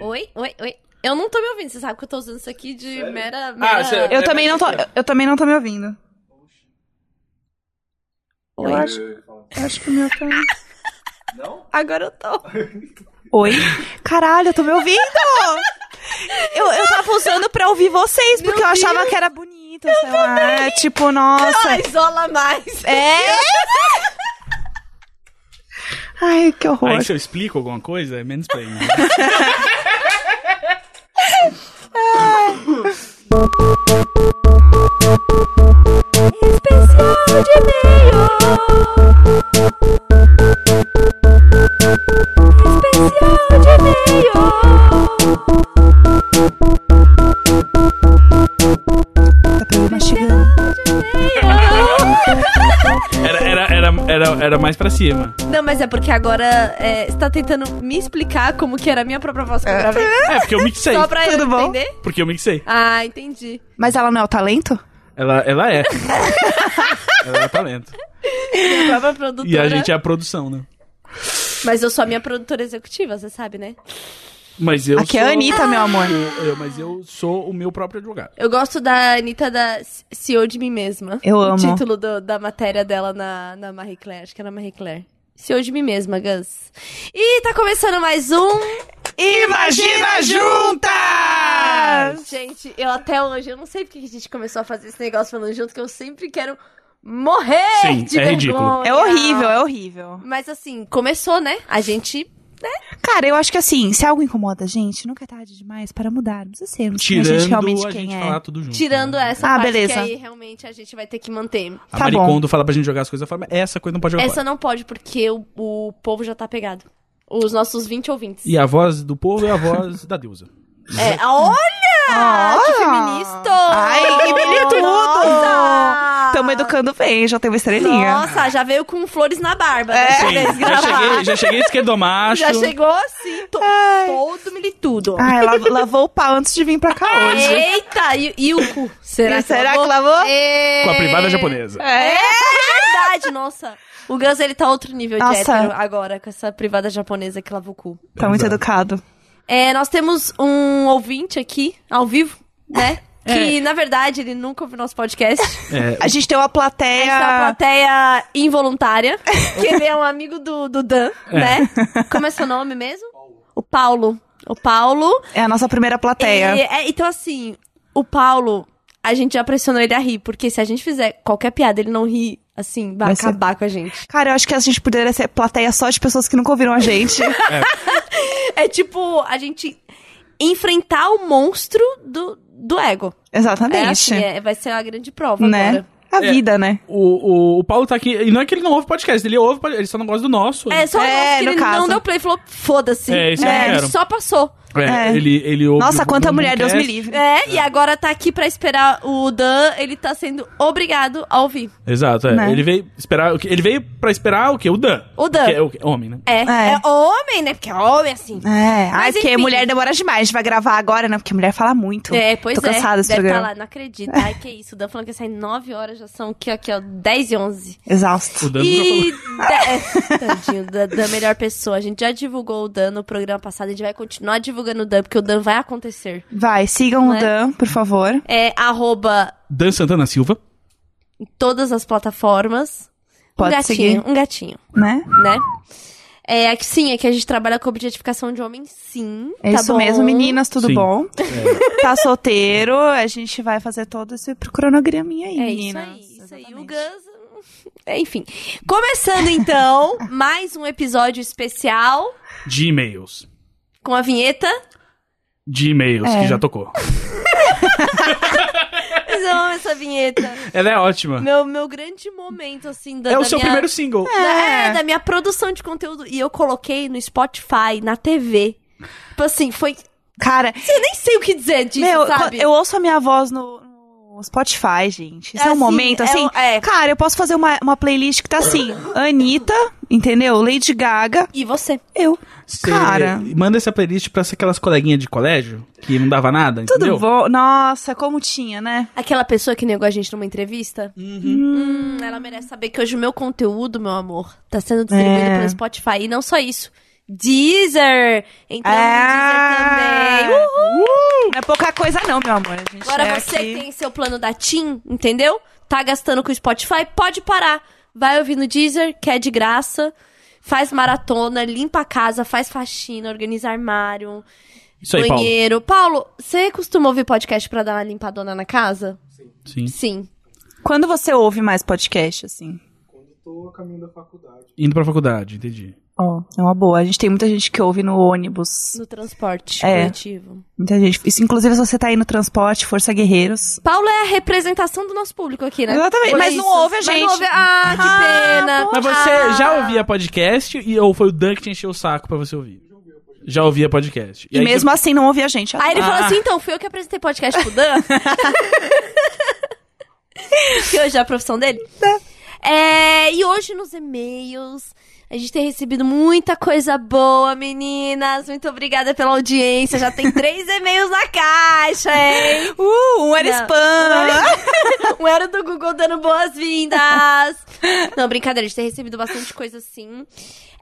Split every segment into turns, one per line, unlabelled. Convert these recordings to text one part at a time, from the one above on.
Oi, oi, oi. Eu não tô me ouvindo, você sabe que eu tô usando isso aqui de
Sério?
mera.
Ah,
mera-
sério.
Eu também não tô, eu também não tô me ouvindo.
Oi.
Eu acho, eu acho que o meu tá...
Não?
Agora eu tô. Oi? Caralho, eu tô me ouvindo! Eu, eu tava usando pra ouvir vocês, porque eu achava que era bonito, sei lá. Tipo, nossa.
Ela isola mais.
É! Ai, que horror.
Aí se eu explico alguma coisa, é menos pra ele. né?
Tá pra eu mastigar.
Era, era, era, era, era mais pra cima.
Não, mas é porque agora é, você tá tentando me explicar como que era a minha própria voz que eu gravei.
É, porque eu mixei.
Só pra eu
Tudo bom?
entender?
Porque eu mixei.
Ah, entendi.
Mas ela não é o talento?
Ela, ela é. ela é talento.
Minha própria produtora.
E a gente é a produção, né?
Mas eu sou a minha produtora executiva, você sabe, né?
Mas eu
Aqui
sou...
é a Anitta, meu amor.
Eu, eu- mas eu sou o meu próprio advogado.
Eu gosto da Anitta da C- CEO de mim mesma.
Eu
o
amo.
título do- da matéria dela na, na Marie Claire. Acho que é na Marie Claire. CEO de mim mesma, Gus. E tá começando mais um.
Imagina juntas!
Ah, Gente, eu até hoje, eu não sei porque que a gente começou a fazer esse negócio falando junto, que eu sempre quero morrer
Sim,
de
é ridículo.
vergonha.
É horrível, é horrível.
Mas assim, começou, né? A gente.
Cara, eu acho que assim, se algo incomoda a gente, nunca é tarde demais para mudarmos. Eu sei, não sei a
Tirando
gente realmente quem é.
falar tudo junto.
Tirando
né?
essa
Ah,
parte
beleza.
que aí realmente a gente vai ter que manter.
A
Tá bom.
Maricondo fala pra gente jogar as coisas fora, mas essa coisa não pode jogar
Essa
fora.
não pode, porque o, o povo já tá pegado. Os nossos 20 ouvintes.
E a voz do povo é a voz da deusa.
É, olha! Ah,
Ah!
que feminista!
Ai, que bonito!
Nossa!
Tamo educando bem, já tem uma estrelinha.
Nossa, já veio com flores na barba. né?
É,
Deixa eu ver se
já
gravar.
cheguei, já cheguei esquerdomacho.
Já chegou assim, to, todo militudo.
Ai, Ah, ela lavou o pau antes de vir pra cá hoje.
Eita, e, e o cu? É. Será
E
que
será
lavou?
que lavou?
É...
Com a privada japonesa.
É.
Verdade, nossa. O Gus, ele tá outro nível de
Nossa.
hétero agora, com essa privada japonesa que lava o cu.
Tá muito educado.
É, nós temos um ouvinte aqui, ao vivo, né?
É.
Que, na verdade, ele nunca ouviu nosso podcast.
É,
A gente tem uma
A
plateia.
gente tá uma plateia involuntária, que ele é um amigo do, do Dan, né? Como é seu nome mesmo? O Paulo. O Paulo.
É a nossa primeira plateia.
Ele- é, então, assim, o Paulo, a gente já pressionou ele a rir, porque se a gente fizer qualquer piada, ele não rir, assim, vai
Vai ser-
acabar com a gente.
Cara, eu acho que a gente poderia ser plateia só de pessoas que nunca ouviram a gente.
É tipo, a gente enfrentar o monstro do, do ego. É
Exatamente.
assim, é- vai ser a grande prova
né?
agora.
A
É.
vida, né?
o, o, o Paulo tá aqui. E não é que ele não ouve podcast, ele ouve, ele só não gosta do nosso.
É, só o
É,
nosso que
no
ele
caso.
não deu play e falou, foda-se.
É, isso eu não
a
quero.
gente só passou.
É,
é.
Ele, ele ouve
Nossa,
o-
quanta
o
mulher, Deus
Boomcast.
me livre.
É, e agora tá aqui pra esperar o Dan, ele tá sendo obrigado a ouvir.
Exato, é.
Né?
Ele veio esperar. o quê? Ele veio pra esperar o quê? O Dan.
O Dan.
Que é o quê? homem, né?
É,
É.
é. homem, né? Porque é homem assim.
É, ai,
Mas,
porque
enfim.
mulher demora demais. A gente vai gravar agora, né? Porque mulher fala muito.
É, pois
Tô
é.
cansada desse
Deve
programa.
tá lá, não acredito. Ai, que isso. O Dan falando que ia sair 9 horas, já são aqui, aqui, ó, 10 e 11.
Exausto.
O Dan nunca falou.
E. De... é, Tadinho, da, da melhor pessoa. A gente já divulgou o Dan no programa passado, a gente vai continuar divulgando o Dan, porque o Dan vai acontecer.
Vai, sigam
Não é?
o Dan, por favor.
É arroba
Dan Santana Silva.
em todas as plataformas.
Pode
um gatinho,
seguir.
um gatinho,
Né?
né? É, é que sim, é que a gente trabalha com objetificação de homem, sim.
É
tá
isso
bom?
mesmo, meninas, tudo
Sim. É.
bom? Tá solteiro, a gente vai fazer todo esse cronograminha aí,
É isso
meninas.
aí, isso aí. O
Exatamente.
Gus. é, Enfim. Começando então, mais um episódio especial
De e-mails.
com a vinheta.
De e-mails,
É.
que já tocou.
Mas eu amo essa vinheta.
Ela é ótima.
Meu, meu grande momento, assim, da,
é o
da
seu
minha...
primeiro single.
da-
É.
é, da minha produção de conteúdo. E eu coloquei no Spotify, na TV. Tipo assim, foi.
Cara,
Eu nem sei o que dizer disso,
meu,
sabe?
eu ouço a minha voz no, no Spotify, gente. Isso é, um
Assim,
momento,
é
assim.
um- é.
Cara, eu posso fazer uma, uma playlist que tá assim: Anitta, entendeu? Lady Gaga,
E você?
eu.
Cê
Cara.
Manda essa playlist pra aquelas coleguinhas de colégio que não dava nada,
Tudo
entendeu?
bom. Nossa, como tinha, né?
Aquela pessoa que negou a gente numa entrevista?
Uhum.
Hum, ela merece saber que hoje o meu conteúdo, meu amor, tá sendo distribuído
É.
pelo Spotify. E não só isso. Deezer. Entramos
Ah!
no Deezer também. Uhul!
Não é pouca coisa, não, meu amor. A gente
Agora
é
você
aqui-
que tem seu plano da TIM, entendeu? Tá gastando com o Spotify, pode parar. Vai ouvir no Deezer, que é de graça. Faz maratona, limpa a casa, faz faxina, organiza armário,
Isso aí, Paulo.
banheiro. Paulo, você costuma ouvir podcast pra dar uma limpadona na casa?
Sim.
Sim.
Quando você ouve mais podcast, assim?
Quando eu tô a caminho da faculdade.
Indo pra faculdade, entendi.
Ó, é uma boa. A gente tem muita gente que ouve no ônibus.
No transporte
É.
coletivo.
Muita gente. Isso, inclusive, se você tá aí no transporte, Força Guerreiros.
Paulo é a representação do nosso público aqui, né?
Exatamente,
Por
mas não ouve a
Mas
gente.
não ouve- Ah, que pena.
Mas você
Ah.
já ouvia podcast e, ou foi o Dan que te encheu o saco pra você ouvir? Já ouvia podcast.
E,
aí
mesmo assim não ouve a gente.
Aí ele
Ah.
falou assim, então, fui eu que apresentei podcast pro Dan. que hoje é a profissão dele.
Né?
É, e hoje nos e-mails, a gente tem recebido muita coisa boa, meninas. Muito obrigada pela audiência. Já tem três e-mails na caixa, hein?
Uh, um era
Não.
spam.
Um era do Google dando boas-vindas. Não, brincadeira, a gente tem recebido bastante coisa sim.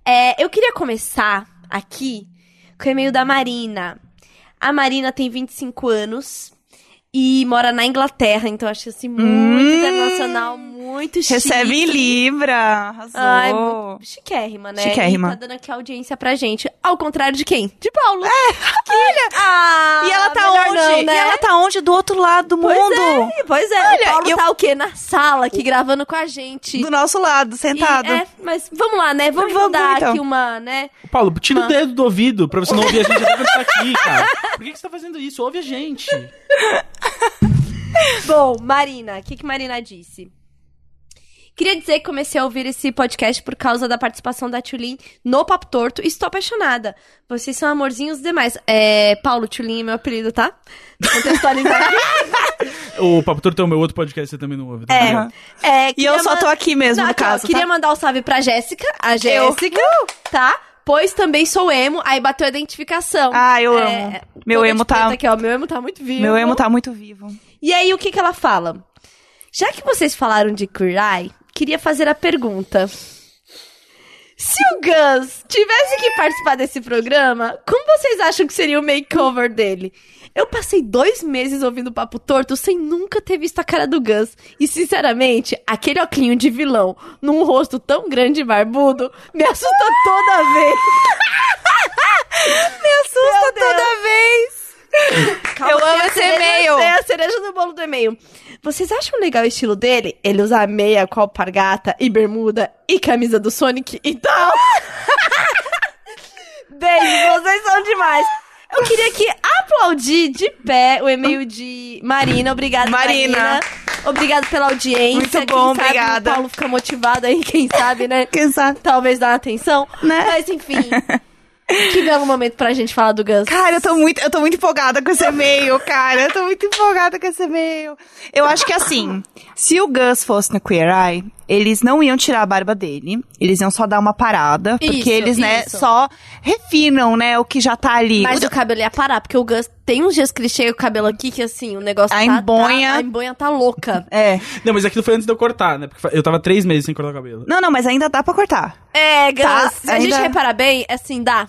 É, eu queria começar aqui com o e-mail da Marina. A Marina tem 25 anos e mora na Inglaterra, então acho assim muito
Hum.
internacional, muito chique.
Recebe em Libra. Arrasou.
Ai, muito chiquérrima, É, né?
Chiquérrima.
E tá dando aqui audiência pra gente. Ao contrário de quem? De Paulo. Que- Ah,
E ela tá
melhor
onde?
não, né?
E ela tá onde? Do outro lado do
Pois
mundo.
Ih, Pois é,
Olha,
o Paulo
eu-
tá o quê? Na sala aqui, gravando com a gente.
Do nosso lado, sentado.
é. E- é, mas vamos lá, né? Vamos,
Vamos,
dar
então.
aqui uma, né?
Paulo, tira o dedo do ouvido pra você não ouvir a gente até quando tá aqui, cara. Por que, que você tá fazendo isso? Ouve a gente.
Bom, Marina, o que, que Marina disse? Queria dizer que comecei a ouvir esse podcast por causa da participação da Tulin no Papo Torto. e Estou apaixonada. Vocês são amorzinhos demais. É, Paulo, Tulin é meu apelido, tá? Contextualizar aqui.
O Papo Torto é o meu outro podcast, você também não ouve. tá
É,
ligado?
é,
E eu
queria
só tô
man-
aqui mesmo,
Não,
no
aqui, ó,
caso.
Queria
tá?
mandar um salve pra Jéssica, a Jéssica, tá? Pois também sou emo, aí bateu a identificação.
Ah, eu amo. Meu
É, toda
emo
de
tá-
preta Aqui, ó, meu emo tá muito vivo.
Meu emo tá muito vivo.
E aí, o que, que ela fala? Já que vocês falaram de Queer Eye, queria fazer a pergunta. Se o Gus tivesse que participar desse programa, como vocês acham que seria o makeover dele? Eu passei dois meses ouvindo Papo Torto sem nunca ter visto a cara do Gus. E, sinceramente, aquele oclinho de vilão num rosto tão grande e barbudo me assusta toda vez. me assusta toda vez.
Eu
tem
amo
a
esse
cereja-
e-mail.
tem a cereja do bolo do e-mail. Vocês acham legal o estilo dele? Ele usa meia com alpargata e bermuda e camisa do Sonic então? e tal. Beijo, vocês são demais. Eu queria aqui aplaudir de pé o e-mail de Marina. Obrigada,
Marina.
Marina. Obrigado pela audiência. Quem
Muito bom,
sabe
obrigada.
O Paulo fica motivado aí, quem sabe, né?
Quem sabe?
Talvez dar uma atenção.
Né?
Mas enfim. que belo momento pra gente falar do Gus.
Cara, eu tô muito, eu tô muito empolgada com esse e-mail, cara. Eu tô muito empolgada com esse e-mail. Eu acho que assim, se o Gus fosse no Queer Eye, eles não iam tirar a barba dele. Eles iam só dar uma parada. Porque
Isso,
eles, né,
isso.
só refinam, né, o que já tá ali.
Mas o cabelo ia parar, porque o Gus tem uns dias que ele chega com o cabelo aqui que assim, o negócio
A
tá.
embonha-
tá- a embonha tá louca.
É.
Não, mas aquilo foi antes de eu cortar, né? Porque fa- eu tava três meses sem cortar o cabelo.
Não, não, mas ainda dá pra cortar.
É, Gus.
Tá,
se a gente
ainda-
reparar bem, assim, dá.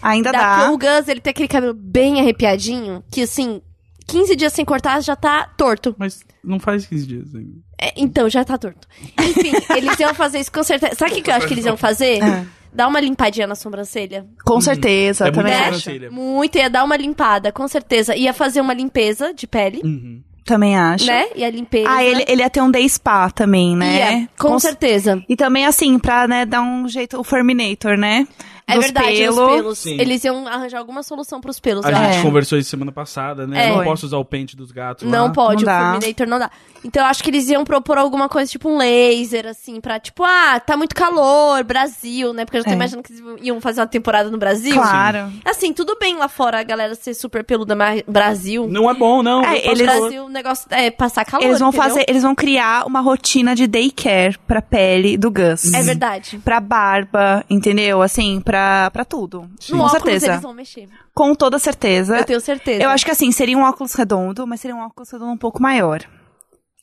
Ainda
dá. porque
dá.
O Gus, ele tem aquele cabelo bem arrepiadinho, que assim, 15 dias sem cortar já tá torto.
Mas não faz 15 dias ainda.
É, então, já tá torto. Enfim, eles iam fazer isso com certeza. Sabe o que, que eu acho que eles iam fazer?
Ah.
Dar uma limpadinha na sobrancelha.
Com certeza,
É
também
Né?
muito
acho.
importante. sobrancelha.
Muito, ia dar uma limpada, com certeza. Ia fazer uma limpeza de pele,
Uhum.
Também acho.
né? E a limpeza.
Ah, ele, ele ia ter um day spa também, né?
Ia, com
Cons-
certeza.
E também, assim, pra né, dar um jeito, o Ferminator, né?
É
Dos
verdade,
pelo.
os pelos.
Sim.
Eles iam arranjar alguma solução pros pelos.
A
eu
gente
acho.
conversou isso semana passada, né?
É.
Eu não
Foi.
posso usar o pente dos gatos lá.
Não pode,
Não
o
dá.
Terminator não dá. Então eu acho que eles iam propor alguma coisa, tipo um laser, assim, pra tipo, ah, tá muito calor, Brasil, né? Porque eu já tô
É.
imaginando que eles iam fazer uma temporada no Brasil.
Claro.
Assim, tudo bem lá fora a galera ser super peluda, mas Brasil.
Não é bom, não.
É,
Eu faço
eles-
calor.
Brasil, o negócio é passar calor.
Eles vão
entendeu?
fazer, eles vão criar uma rotina de daycare pra pele do Gus.
É verdade.
Pra barba, entendeu? Assim, pra, pra tudo.
No
Com
óculos
certeza.
eles vão mexer.
Com toda certeza.
Eu tenho certeza.
Eu acho que assim, seria um óculos redondo, mas seria um óculos redondo um pouco maior.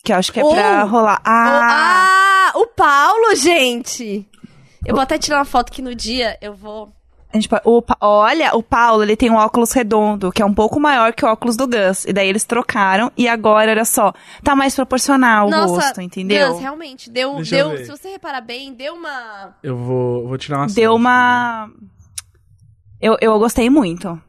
Que eu acho que é
Ou-
pra rolar. Ah!
Ah, o Paulo, gente! Eu vou até tirar uma foto que no dia eu vou
A gente, pa- o, Pa- olha, o Paulo, ele tem um óculos redondo, que é um pouco maior que o óculos do Gus. E daí eles trocaram, e agora, olha só, tá mais proporcional o rosto, entendeu?
Gus, realmente, deu,
Deixa eu
deu
ver.
se você reparar bem, deu uma...
Eu vou, vou tirar uma
Deu
selfie.
uma... Eu, eu gostei muito.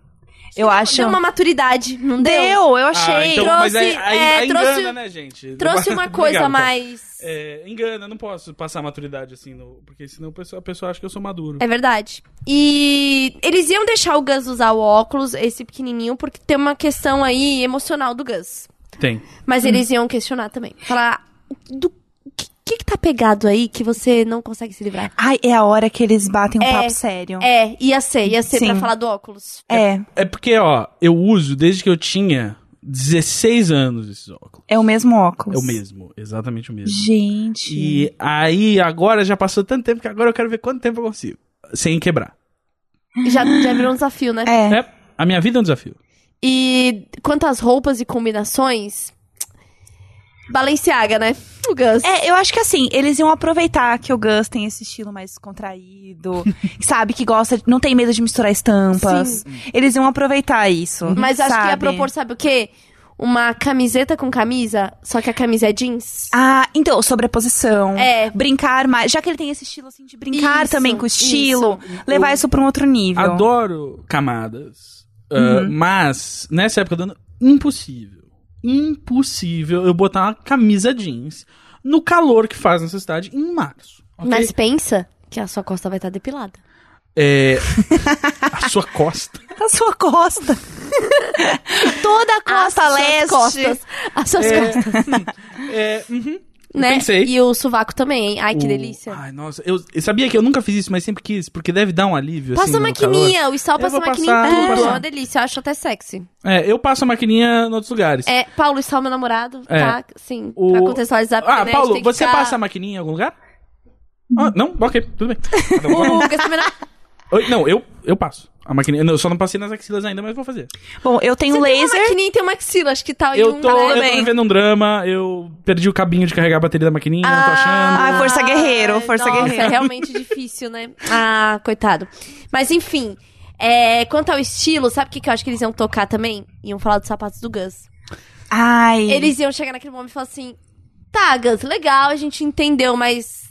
Eu acho...
Deu uma maturidade, não deu?
Deu, eu achei.
Ah, então, mas aí,
Trouxe,
aí-
é,
aí
trouxe-
engana, né, gente?
Trouxe uma coisa
Obrigado,
a
Paulo.
mais... É.
É, engana, eu não posso passar maturidade assim, no- porque senão a pessoa, a pessoa acha que eu sou maduro.
É verdade. E eles iam deixar o Gus usar o óculos, esse pequenininho, porque tem uma questão aí emocional do Gus.
Tem.
Mas
Hum.
eles iam questionar também. Falar, do que, que que tá pegado aí que você não consegue se livrar?
Ai, é a hora que eles batem um
É,
papo sério.
É, ia ser, ia ser
Sim.
pra falar do óculos.
É. é.
É porque, ó, eu uso desde que eu tinha 16 anos esses óculos.
o mesmo óculos.
É o mesmo, exatamente o mesmo.
Gente.
E aí, agora já passou tanto tempo que agora eu quero ver quanto tempo eu consigo. Sem quebrar.
Já, já virou um desafio, né?
É.
É, a minha vida é um desafio.
E quantas roupas e combinações. Balenciaga, né? O Gus.
É, eu acho que assim, eles iam aproveitar que o Gus tem esse estilo mais contraído, sabe, que gosta, de- não tem medo de misturar estampas. Eles iam aproveitar isso.
Uhum. Mas acho que ia
sabe?
propor, sabe o quê? Uma camiseta com camisa, só que a camisa é jeans.
Ah, então,
Ah.
sobreposição.
É.
Brincar mais. Já que ele tem esse estilo assim de brincar
Isso,
também com o estilo, levar isso pra um outro nível.
Adoro camadas. ah,
Uhum.
Mas, nessa época do ano, impossível. Impossível eu botar uma camisa jeans no calor que faz nessa cidade em março. ok?
Mas pensa que a sua costa vai estar depilada.
É, a sua costa.
A sua costa. Toda a costa
As suas
leste.
Costas, as suas
É,
costas,
É, uhum.
né?
pensei.
E o sovaco também, hein? Ai, que
O-
delícia.
Ai, nossa. Eu, eu sabia que eu nunca fiz isso, mas sempre quis, porque deve dar um alívio.
Passa a
assim, no calor.
maquininha, o sal
Eu
passa a
vou
maquininha em
passar, vou
tudo. É
passar.
uma delícia, eu acho até sexy.
É, eu passo a maquininha em outros lugares.
É, Paulo, sal meu namorado,
É.
tá? Sim,
O-
pra contextualizar. porque,
Ah,
né, a
Paulo,
gente tem que
você
ficar-
passa a maquininha em algum lugar? Ah, não? Ok, tudo bem. Ah, tá
O
bom.
Lucas também não-
Oi, não, eu, eu passo. A maquininha. não, Eu só não passei nas axilas ainda, mas vou fazer.
Bom, eu tenho
Tem uma
laser.
maquininha e é tem uma axila, acho que tá em
Eu
um
tô, eu tô
bem.
vivendo um drama, eu perdi o cabinho de carregar a bateria da maquininha, não tô achando.
Ah, força guerreiro, força
nossa,
guerreiro.
é realmente difícil, né? Ah, coitado. Mas enfim, é, quanto ao estilo, sabe o que, que eu acho que eles iam tocar também? Iam falar dos sapatos do Gus.
Ai.
Eles iam chegar naquele momento e falar assim, tá, Gus, legal, a gente entendeu, mas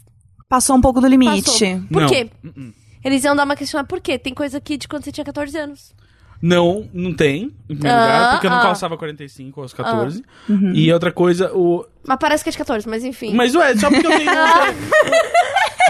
Passou um pouco
passou.
do limite.
Por
Não.
quê?
Uh-uh.
Eles iam dar uma questionada, por quê? Tem coisa aqui de quando você tinha 14 anos.
Não, não tem, em primeiro
Ah,
lugar, porque eu não
ah. Uhum.
calçava 45 aos 14. E outra coisa, o.
Mas parece que é de 14, mas enfim.
Mas ué, só porque eu tenho. um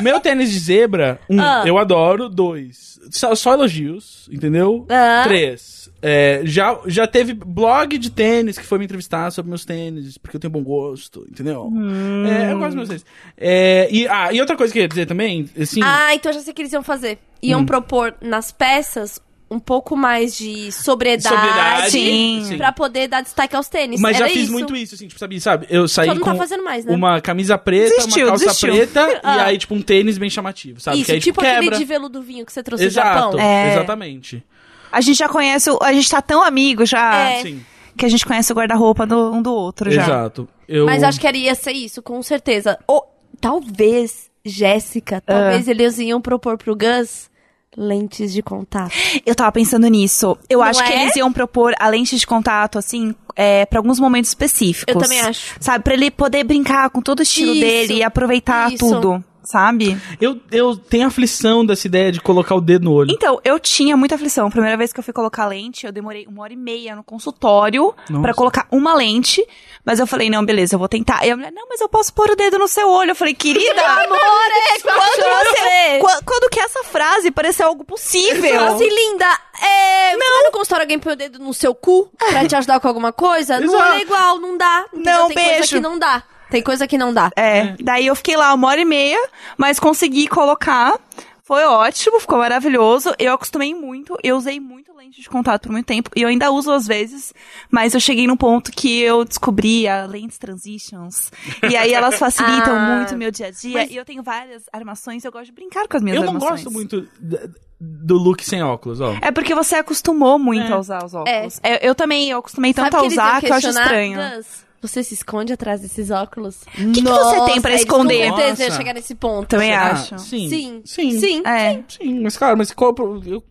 Meu tênis de zebra, um,
Ah.
eu adoro. Dois, só, só elogios, entendeu?
Ah.
Três, é, já, já teve blog de tênis que foi me entrevistar sobre meus tênis, porque eu tenho bom gosto, entendeu?
Hum.
É, eu gosto dos meus tênis. É, e, ah, e outra coisa que eu ia dizer também, assim,
Ah, então eu já sei o que eles iam fazer. Iam
Hum.
propor nas peças um pouco mais de sobriedade,
sobriedade.
sim.
assim,
é pra poder dar destaque aos tênis.
Mas
Era
já fiz
isso.
muito isso, assim, tipo, sabe, sabe? Eu saí
Só não
com
tá fazendo mais, né?
uma camisa preta,
Desistiu,
uma calça
desistiu.
preta e
Ah.
aí, tipo, um tênis bem chamativo, sabe?
Isso,
que aí,
tipo
quebra.
aquele de veludo vinho que você trouxe
Exato,
do Japão.
É.
exatamente.
A gente já conhece, o- a gente tá tão amigo já,
É.
Sim,
que a gente conhece o guarda-roupa do, um do outro já.
exato. Eu...
Mas acho que era- ia ser isso, com certeza. Ah. Ou talvez, Jéssica, talvez eles iam propor pro Gus lentes de contato.
Eu tava pensando nisso. Eu
Não
acho que
é?
eles iam propor a lente de contato, assim, é, para alguns momentos específicos.
Eu também acho.
Sabe, pra ele poder brincar com todo o estilo
Isso,
dele e aproveitar
isso.
tudo, sabe?
eu, eu tenho aflição dessa ideia de colocar o dedo no olho.
Então, eu tinha muita aflição. A primeira vez que eu fui colocar lente, eu demorei uma hora e meia no consultório
Nossa.
pra colocar uma lente. Mas eu falei, não, beleza, eu vou tentar. E a mulher, não, mas eu posso pôr o dedo no seu olho. Eu falei, querida, amor, é, quando você. Qua- Quando que essa frase pareceu algo possível?
Fala assim, linda, é, não. você vai no consultório alguém põe o dedo no seu cu pra te ajudar com alguma coisa? Não
Exato.
é igual, não dá. entendeu?
Não,
Tem coisa
beijo.
que não dá. Tem coisa que não dá.
É, daí eu fiquei lá uma hora e meia, mas consegui colocar. Foi ótimo, ficou maravilhoso. Eu acostumei muito, eu usei muito lente de contato por muito tempo, e eu ainda uso às vezes, mas eu cheguei num ponto que eu descobri a Lens Transitions, e aí elas facilitam
Ah.
muito o meu dia a dia,
Mas-
e eu tenho várias armações, eu gosto de brincar com as minhas
eu não
armações.
gosto muito d- do look sem óculos, ó.
É porque você acostumou muito a usar os óculos. É, eu também, eu acostumei
Sabe
tanto
o
a
que eles iam
tá usar que eu acho
questionar?
estranho.
Gus, Você se esconde atrás desses óculos? O
que você tem pra esconder?
Com certeza eu ia
Nossa.
É, chegar nesse ponto.
Também
Ah,
acho.
Sim.
Sim.
Sim.
Sim.
É.
Sim, mas claro, mas compro. Eu,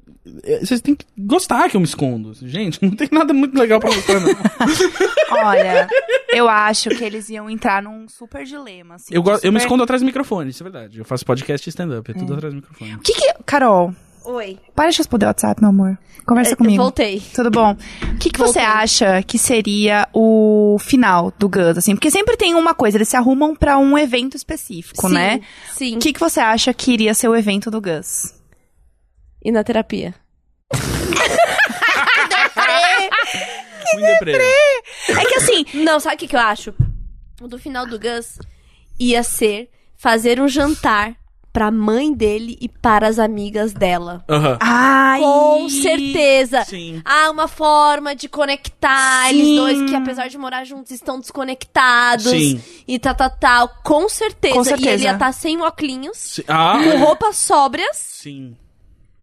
eh, Vocês têm que gostar que eu me escondo. Gente, não tem nada muito legal pra mostrar, não.
Olha, eu acho que eles iam entrar num super dilema, assim.
Eu,
de
go- eu
super-
me escondo atrás do microfone, isso é verdade. Eu faço podcast e stand-up, é tudo atrás do microfone.
O que que... Carol,
Oi.
para de responder o WhatsApp, meu amor.
É,
Conversa
Eu- eu
comigo.
voltei.
Tudo bom? O que, que você acha que seria o final do Gus, assim? Porque sempre tem uma coisa, eles se arrumam pra um evento específico,
sim,
né?
Sim.
O que, que você acha que iria ser o evento do Gus?
E na terapia.
Fui em deprê.
É que assim, não, sabe o que, que eu acho? O do final do Gus ia ser fazer um jantar pra mãe dele e para as amigas dela.
Aham.
Ai!
Com certeza.
Sim.
Ah, uma forma de conectar
Sim.
eles dois que, apesar de morar juntos, estão desconectados.
Sim.
E tal, tal, tal. Com certeza.
Com
E ele
certeza.
ia estar sem óculos,
Sim. Ah,
com roupas sóbrias.
sim.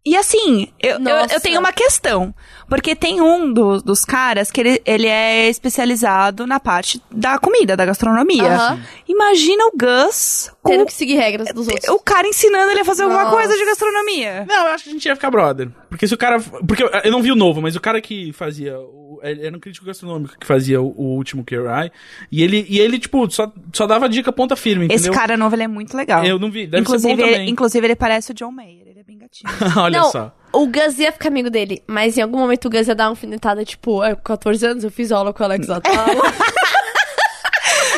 E assim, eu, eu,
Nossa.
eu tenho uma questão. Porque tem um do- dos caras que ele, ele é especializado na parte da comida, da gastronomia.
Aham.
Imagina o Gus com
Tendo que seguir regras dos outros.
o cara ensinando ele a fazer alguma
Nossa.
coisa de gastronomia.
Não, eu acho que a gente ia ficar brother. Porque se o cara. Porque eu- eu não vi o novo, mas o cara que fazia. o- ele Era um crítico gastronômico que fazia o, o último Kirai. E ele, e ele, tipo, só, só dava dica ponta firme,
Esse
entendeu?
cara novo, ele é muito legal.
Eu não vi. Deve
inclusive,
ser bom
ele-
também.
inclusive, ele parece o John Mayer. Ele é bem gatinho.
Olha
não,
só.
o Gus ia ficar amigo dele, mas em algum momento o Gus ia dar uma alfinetada, tipo, "Ah, com 14 anos eu fiz aula com o Alex Atala.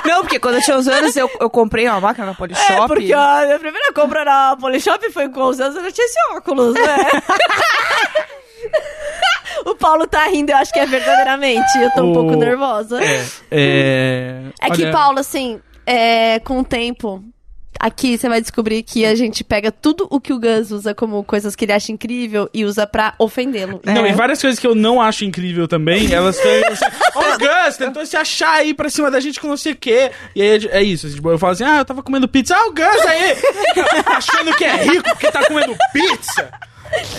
não, porque quando eu tinha uns anos, eu, eu comprei uma máquina na Polishop.
É, a minha primeira compra na Polishop foi com os anos, eu já tinha esse óculos, né? o Paulo tá rindo, eu acho que é verdadeiramente. Eu tô um
O-
pouco nervosa. É,
É.
que,
olha,
Paulo, assim, é, com o tempo. Aqui você vai descobrir que a gente pega tudo o que o Gus usa como coisas que ele acha incrível e usa pra ofendê-lo.
Não,
É.
e várias coisas que eu não acho incrível também, elas têm. Ô, Gus, tentou se achar aí pra cima da gente com não sei o quê. E aí é isso. Tipo, eu falo assim, ah, eu tava comendo pizza. Ah, o Gus aí! achando que é rico porque tá comendo pizza.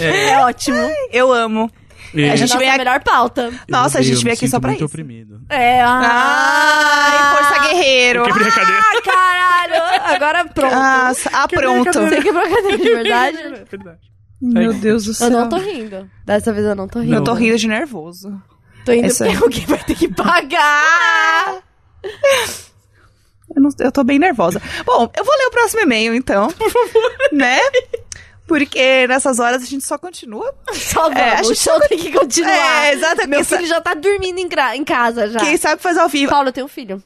É ótimo.
Eu amo.
E-
É a
gente
nossa
veio aqui-
melhor pauta.
Nossa, a gente veio aqui só pra isso. Ah!
oprimido.
É,
Ai, força guerreiro.
Eu um quebrei a cadeira.
Ah, caralho! Agora pronto.
Nossa, ah, pronto.
Você quebrou a cadeira de verdade?
É verdade.
Meu Deus do
Eu não tô rindo. Dessa vez eu não tô rindo.
Eu tô rindo de nervoso.
Tô rindo
Essa-
porque alguém vai ter que pagar.
Eu, não- eu tô bem nervosa. Bom, eu vou ler o próximo e-mail, então. Por favor. Né? Porque nessas horas a gente só continua.
Só vamos.
É, acho que
o show tem que continuar.
É, exatamente.
Meu filho tá. já tá dormindo em, gra- em casa já.
Quem sabe faz ao vivo.
Paulo, eu tenho um filho.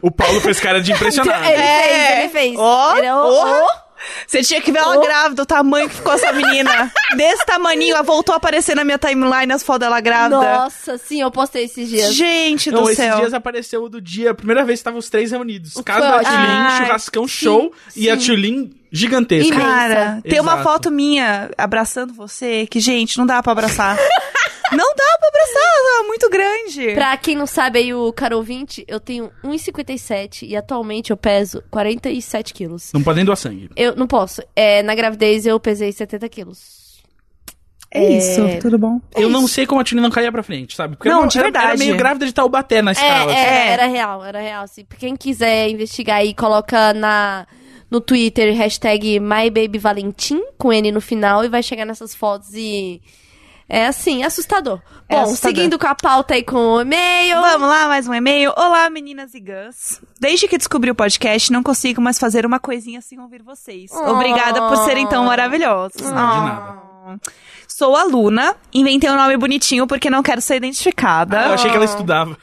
O Paulo fez cara de impressionado.
Ele fez, ele fez.
É. Ó,
Ele é o-
ó. Você tinha que ver ela
Oh.
grávida, o tamanho que ficou essa menina. Desse tamaninho, ela voltou a aparecer na minha timeline as fotos dela grávida.
Nossa, sim, eu postei esses dias.
Gente do
Não, esses
céu.
dias apareceu o do dia, a primeira vez que estavam os três reunidos.
Foi
Casa da
ótimo.
Tulin,
Ai,
churrascão
sim,
show e a
sim.
Tulin gigantesca.
Imensa.
Cara, tem uma
Exato.
foto minha abraçando você que, gente, não dá pra abraçar. não dá pra abraçar, ela é muito grande.
Pra quem não sabe aí, o Caro ouvinte, eu tenho 1,57 e atualmente eu peso 47 quilos.
Não podem doar sangue.
Eu não posso. É, na gravidez eu pesei 70 quilos.
É isso, tudo bom?
eu não sei como a Tulin não caía pra frente, sabe? Porque
Não,
era, uma-
de
era- era
verdade.
meio grávida de Taubaté na
É,
escala. assim.
é, era real, era real. Assim, pra quem quiser investigar aí, coloca na, no Twitter hashtag MyBabyValentim, com N no final, e vai chegar nessas fotos e. É assim, assustador.
É
Bom,
assustador.
seguindo com a pauta aí com o e-mail.
Vamos lá, mais um e-mail. Olá, meninas e gãs. Desde que descobri o podcast, não consigo mais fazer uma coisinha sem ouvir vocês.
Oh.
Obrigada por serem tão maravilhosos.
é de nada.
Sou a Luna. Inventei um nome bonitinho porque não quero ser identificada.
Ah, Eu achei que ela estudava.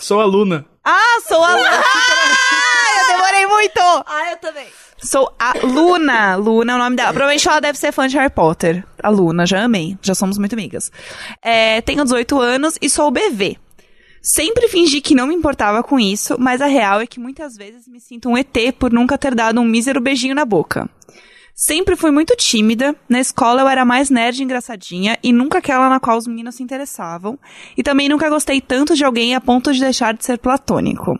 Sou aluna.
Ah, sou a Luna. Ah, eu demorei muito.
Ah, eu também.
Sou a Luna. Luna é o nome dela. Provavelmente ela deve ser fã de Harry Potter. A Luna, já amei. Já somos muito amigas. É, tenho 18 anos e sou BV. Sempre fingi que não me importava com isso, mas a real é que muitas vezes me sinto um ET por nunca ter dado um mísero beijinho na boca. Sempre fui muito tímida, na escola eu era mais nerd e engraçadinha e nunca aquela na qual os meninos se interessavam, e também nunca gostei tanto de alguém a ponto de deixar de ser platônico.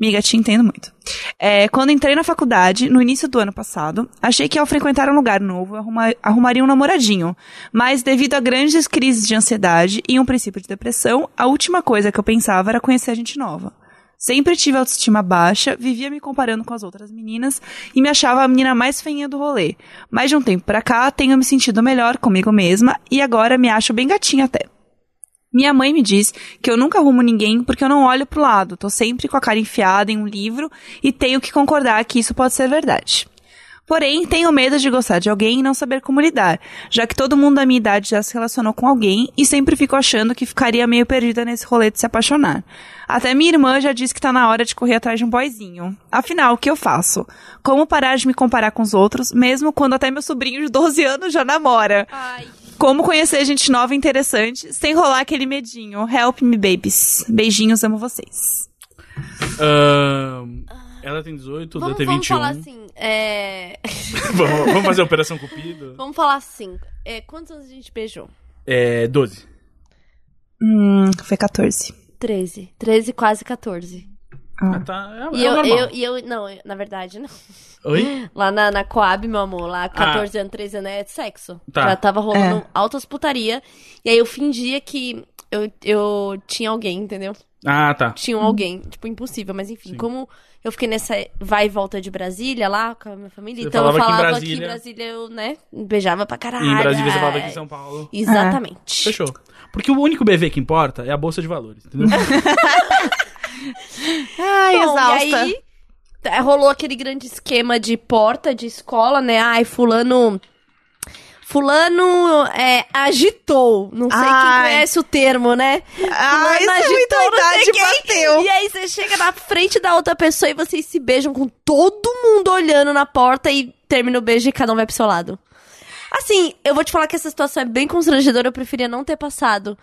Miga, te entendo muito. É, quando entrei na faculdade, no início do ano passado, achei que ao frequentar um lugar novo eu arruma- arrumaria um namoradinho, mas devido a grandes crises de ansiedade e um princípio de depressão, a última coisa que eu pensava era conhecer gente nova. Sempre tive autoestima baixa, vivia me comparando com as outras meninas e me achava a menina mais feinha do rolê. Mas de um tempo pra cá, tenho me sentido melhor comigo mesma e agora me acho bem gatinha até. Minha mãe me diz que eu nunca arrumo ninguém porque eu não olho pro lado, tô sempre com a cara enfiada em um livro e tenho que concordar que isso pode ser verdade. Porém, tenho medo de gostar de alguém e não saber como lidar, já que todo mundo da minha idade já se relacionou com alguém e sempre fico achando que ficaria meio perdida nesse rolê de se apaixonar. Até minha irmã já disse que tá na hora de correr atrás de um boyzinho. Afinal, o que eu faço? Como parar de me comparar com os outros, mesmo quando até meu sobrinho de 12 anos já namora?
Ai.
Como conhecer gente nova e interessante sem rolar aquele medinho? Help me, babies. Beijinhos, amo vocês.
Ahn, ela tem 18,
Vamos,
eu tenho
vamos
21.
falar assim. É...
vamos, vamos fazer a Operação Cupido?
vamos falar assim. É, quantos anos a gente beijou?
É, 12.
Hum, foi 14.
13. 13, quase 14.
Ah, tá. É,
E
é o
eu,
normal.
eu, e eu, não, eu- na verdade, não.
Oi?
Lá na, na Coab, meu amor, lá 14 anos, 13 anos é sexo.
Ah. Tá.
Já tava rolando altas putaria. E aí eu fingia que eu, eu tinha alguém, entendeu?
Ah, tá.
Tinha um alguém. Tipo, impossível, mas enfim.
Sim.
Como eu fiquei nessa vai e volta de Brasília lá com a minha família,
Você
então eu
falava aqui em
falava aqui em
Brasília.
Brasília, eu, né, beijava pra caralho. é.
E em Brasília você falava aqui em São Paulo.
Exatamente.
Fechou. Porque o único BV que importa é a Bolsa de Valores, entendeu?
Uhum.
Ai,
Bom, Então, E aí, t- é, rolou aquele grande esquema de porta de escola, né? Ai, fulano. Fulano é, agitou. Não sei
Ai.
quem conhece o termo, né?
Ai,
Fulano
isso é muita
agitou, não sei
idade,
quem.
bateu.
E aí você chega na frente da outra pessoa e vocês se beijam com todo mundo olhando na porta e termina o beijo e cada um vai pro seu lado. Assim, eu vou te falar que essa situação é bem constrangedora, eu preferia não ter passado.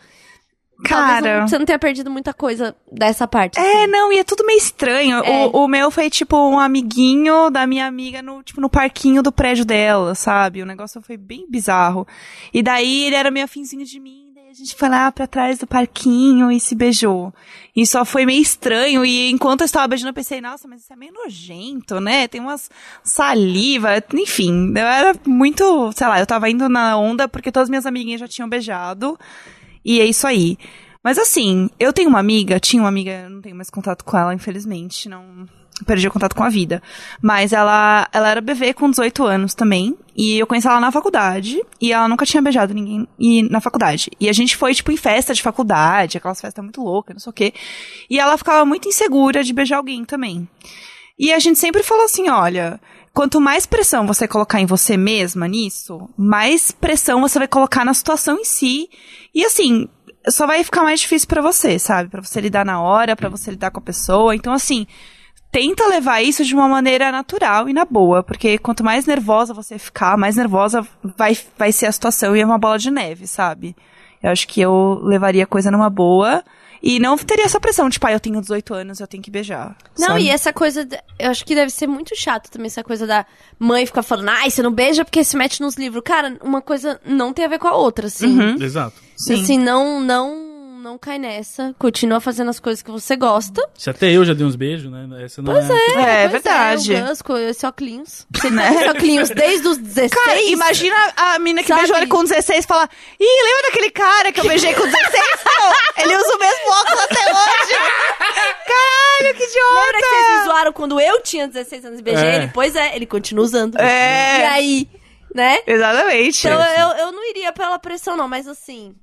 Talvez
Cara.
não- você não tenha perdido muita coisa dessa parte.
É, não, e é tudo meio estranho.
É.
O, o meu foi tipo um amiguinho da minha amiga no, tipo, no parquinho do prédio dela, sabe? O negócio foi bem bizarro. E daí ele era meio afinzinho de mim, daí a gente foi lá pra trás do parquinho e se beijou. E só foi meio estranho. E enquanto eu estava beijando, eu pensei, nossa, mas isso é meio nojento, né? Tem umas saliva, enfim. Eu era muito, sei lá, eu tava indo na onda porque todas as minhas amiguinhas já tinham beijado. E é isso aí. Mas assim, eu tenho uma amiga, tinha uma amiga, eu não tenho mais contato com ela, infelizmente, não perdi o contato com a vida. Mas ela, ela era bebê com 18 anos também, e eu conheci ela na faculdade, e ela nunca tinha beijado ninguém e na faculdade. E a gente foi tipo em festa de faculdade, aquelas festas muito loucas, não sei o quê. E ela ficava muito insegura de beijar alguém também. E a gente sempre falou assim, olha, quanto mais pressão você colocar em você mesma nisso, mais pressão você vai colocar na situação em si. E assim, só vai ficar mais difícil pra você, sabe? Pra você lidar na hora, pra você lidar com a pessoa. Então assim, tenta levar isso de uma maneira natural e na boa, porque quanto mais nervosa você ficar, mais nervosa vai vai ser a situação e é uma bola de neve, sabe? Eu acho que eu levaria a coisa numa boa e não teria essa pressão, tipo, ah, eu tenho 18 anos, eu tenho que beijar.
Não,
sabe?
e é essa coisa. da- Eu acho que deve ser muito chato também essa coisa da mãe ficar falando, ai, você não beija porque se mete nos livros. Cara, uma coisa não tem a ver com a outra, assim.
Uhum.
Exato.
Assim, não, não, não cai nessa. Continua fazendo as coisas que você gosta.
Se até eu já dei uns beijos, né? Essa não pois é.
É, é
Pois
verdade. Né?
É, o Gus, com esse óculos. Você tá com esse óculos desde os 16.
Cara, imagina a mina que
Sabe?
beijou ele com 16 e fala: Ih, lembra daquele cara que eu beijei com 16? Não, ele usa o mesmo óculos até hoje. Caralho, que idiota.
Lembra que vocês me zoaram quando eu tinha 16 anos e beijei
É.
ele? Pois é, ele continua usando.
É.
E aí, né?
Exatamente.
Então eu, eu não iria pela pressão, não, mas assim.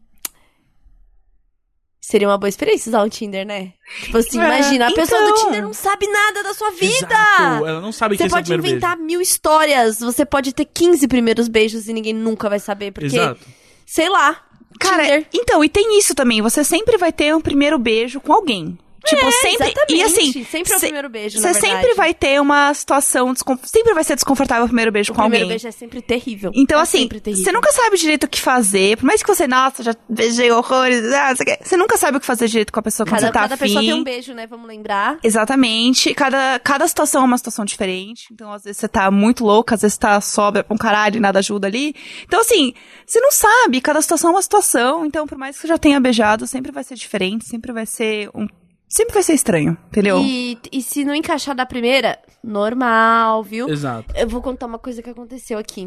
Seria uma boa experiência usar o Tinder, né? Tipo assim,
É,
imagina, a pessoa do
então.
Tinder não sabe nada da sua vida!
Exato. Ela não sabe que
Você
esse é o
pode
primeiro
inventar mil histórias, você pode ter 15 primeiros beijos e ninguém nunca vai saber, porque,
beijo. Exato.
sei lá,
Cara,
Tinder.
então, e tem isso também. Você sempre vai ter um primeiro beijo com alguém. Tipo,
É,
sempre.
Exatamente.
E assim.
sempre é o
se-
primeiro beijo, na
Você
verdade.
sempre vai ter uma situação. descon- Sempre vai ser desconfortável o primeiro beijo
O
com
primeiro
alguém.
beijo é sempre terrível.
Então,
É
assim,
sempre terrível.
você nunca sabe direito o que fazer. Por mais que você, nossa, já beijei horrores, ah, não sei o quê. Você nunca sabe o que fazer direito com a pessoa quando
Cada,
você tá
cada
afim.
pessoa tem um beijo, né? Vamos lembrar.
Exatamente. Cada, cada situação é uma situação diferente. Então, às vezes você tá muito louca, às vezes você tá sobra pra um caralho e nada ajuda ali. Então, assim, você não sabe. Cada situação é uma situação. Então, por mais que você já tenha beijado, sempre vai ser diferente, sempre vai ser um. Sempre vai ser estranho, entendeu?
E, e se não encaixar da primeira, normal, viu?
Exato.
Eu vou contar uma coisa que aconteceu aqui.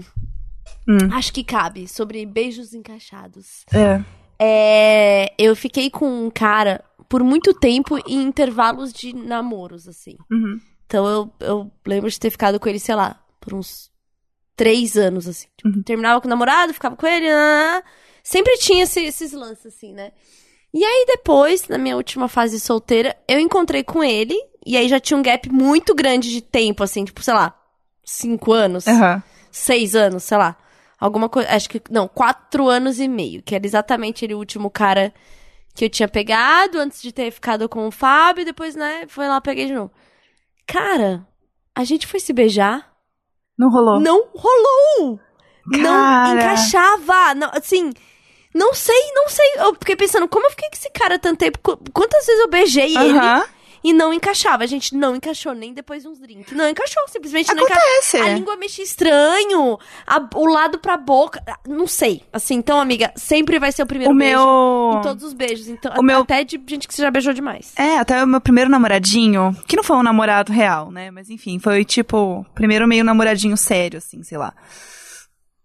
Hum.
Acho que cabe, sobre beijos encaixados.
É.
É, eu fiquei com um cara por muito tempo em intervalos de namoros, assim.
Uhum.
Então eu, eu lembro de ter ficado com ele, sei lá, por uns três anos, assim. Tipo,
Uhum.
Terminava com o namorado, ficava com ele. ah, sempre tinha esse- esses lances, assim, né? E aí depois, na minha última fase solteira, eu encontrei com ele. E aí já tinha um gap muito grande de tempo, assim, tipo, sei lá, cinco anos
Aham.
seis anos, sei lá. Alguma coisa. Acho que. Não, quatro anos e meio. Que era exatamente ele o último cara que eu tinha pegado antes de ter ficado com o Fábio. e Depois, né? Foi lá, peguei de novo. Cara, a gente foi se beijar.
Não rolou.
Não rolou! Não
Oh. Cara.
encaixava! Não, assim. Não sei, não sei. Eu fiquei pensando, como eu fiquei com esse cara tanto tempo? Qu- Quantas vezes eu beijei ele
Aham.
e não encaixava? A gente não encaixou, nem depois de uns drinks. Não encaixou, simplesmente não encaixou.
Acontece.
A língua mexe estranho, a- o lado pra boca, não sei. Assim, então, amiga, sempre vai ser o primeiro
O
beijo.
meu.
Em todos os beijos. Então,
O meu-
até de gente que você já beijou demais.
É, até o meu primeiro namoradinho, que não foi um namorado real, né? Mas enfim, foi tipo, primeiro meio namoradinho sério, assim, sei lá.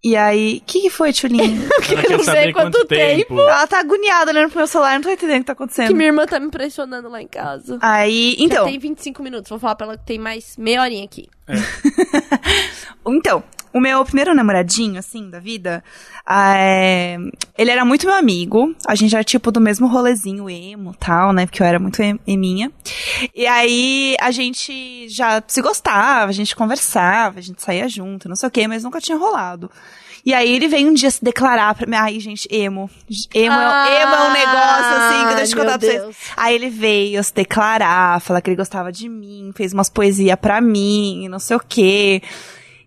E aí, o que, que foi, Tchulinho?
Eu não sei quanto tempo.
Ela tá agoniada olhando pro meu celular, não tô entendendo o que tá acontecendo.
Que minha irmã tá me impressionando lá em casa.
Aí,
Já
então,
tem 25 minutos, vou falar pra ela que tem mais meia horinha aqui.
então, o meu primeiro namoradinho, assim, da vida, ah, é, ele era muito meu amigo, a gente era tipo do mesmo rolezinho emo, tal, né, porque eu era muito em- eminha. E aí, a gente já se gostava, a gente conversava, a gente saía junto, não sei o quê, mas nunca tinha rolado. E aí ele veio um dia se declarar pra mim. Ai, gente, emo. Emo, é, emo é um negócio, assim, que deixa eu
Ah, meu
contar pra vocês.
Deus.
Aí ele veio se declarar, falar que ele gostava de mim, fez umas poesias pra mim, não sei o quê.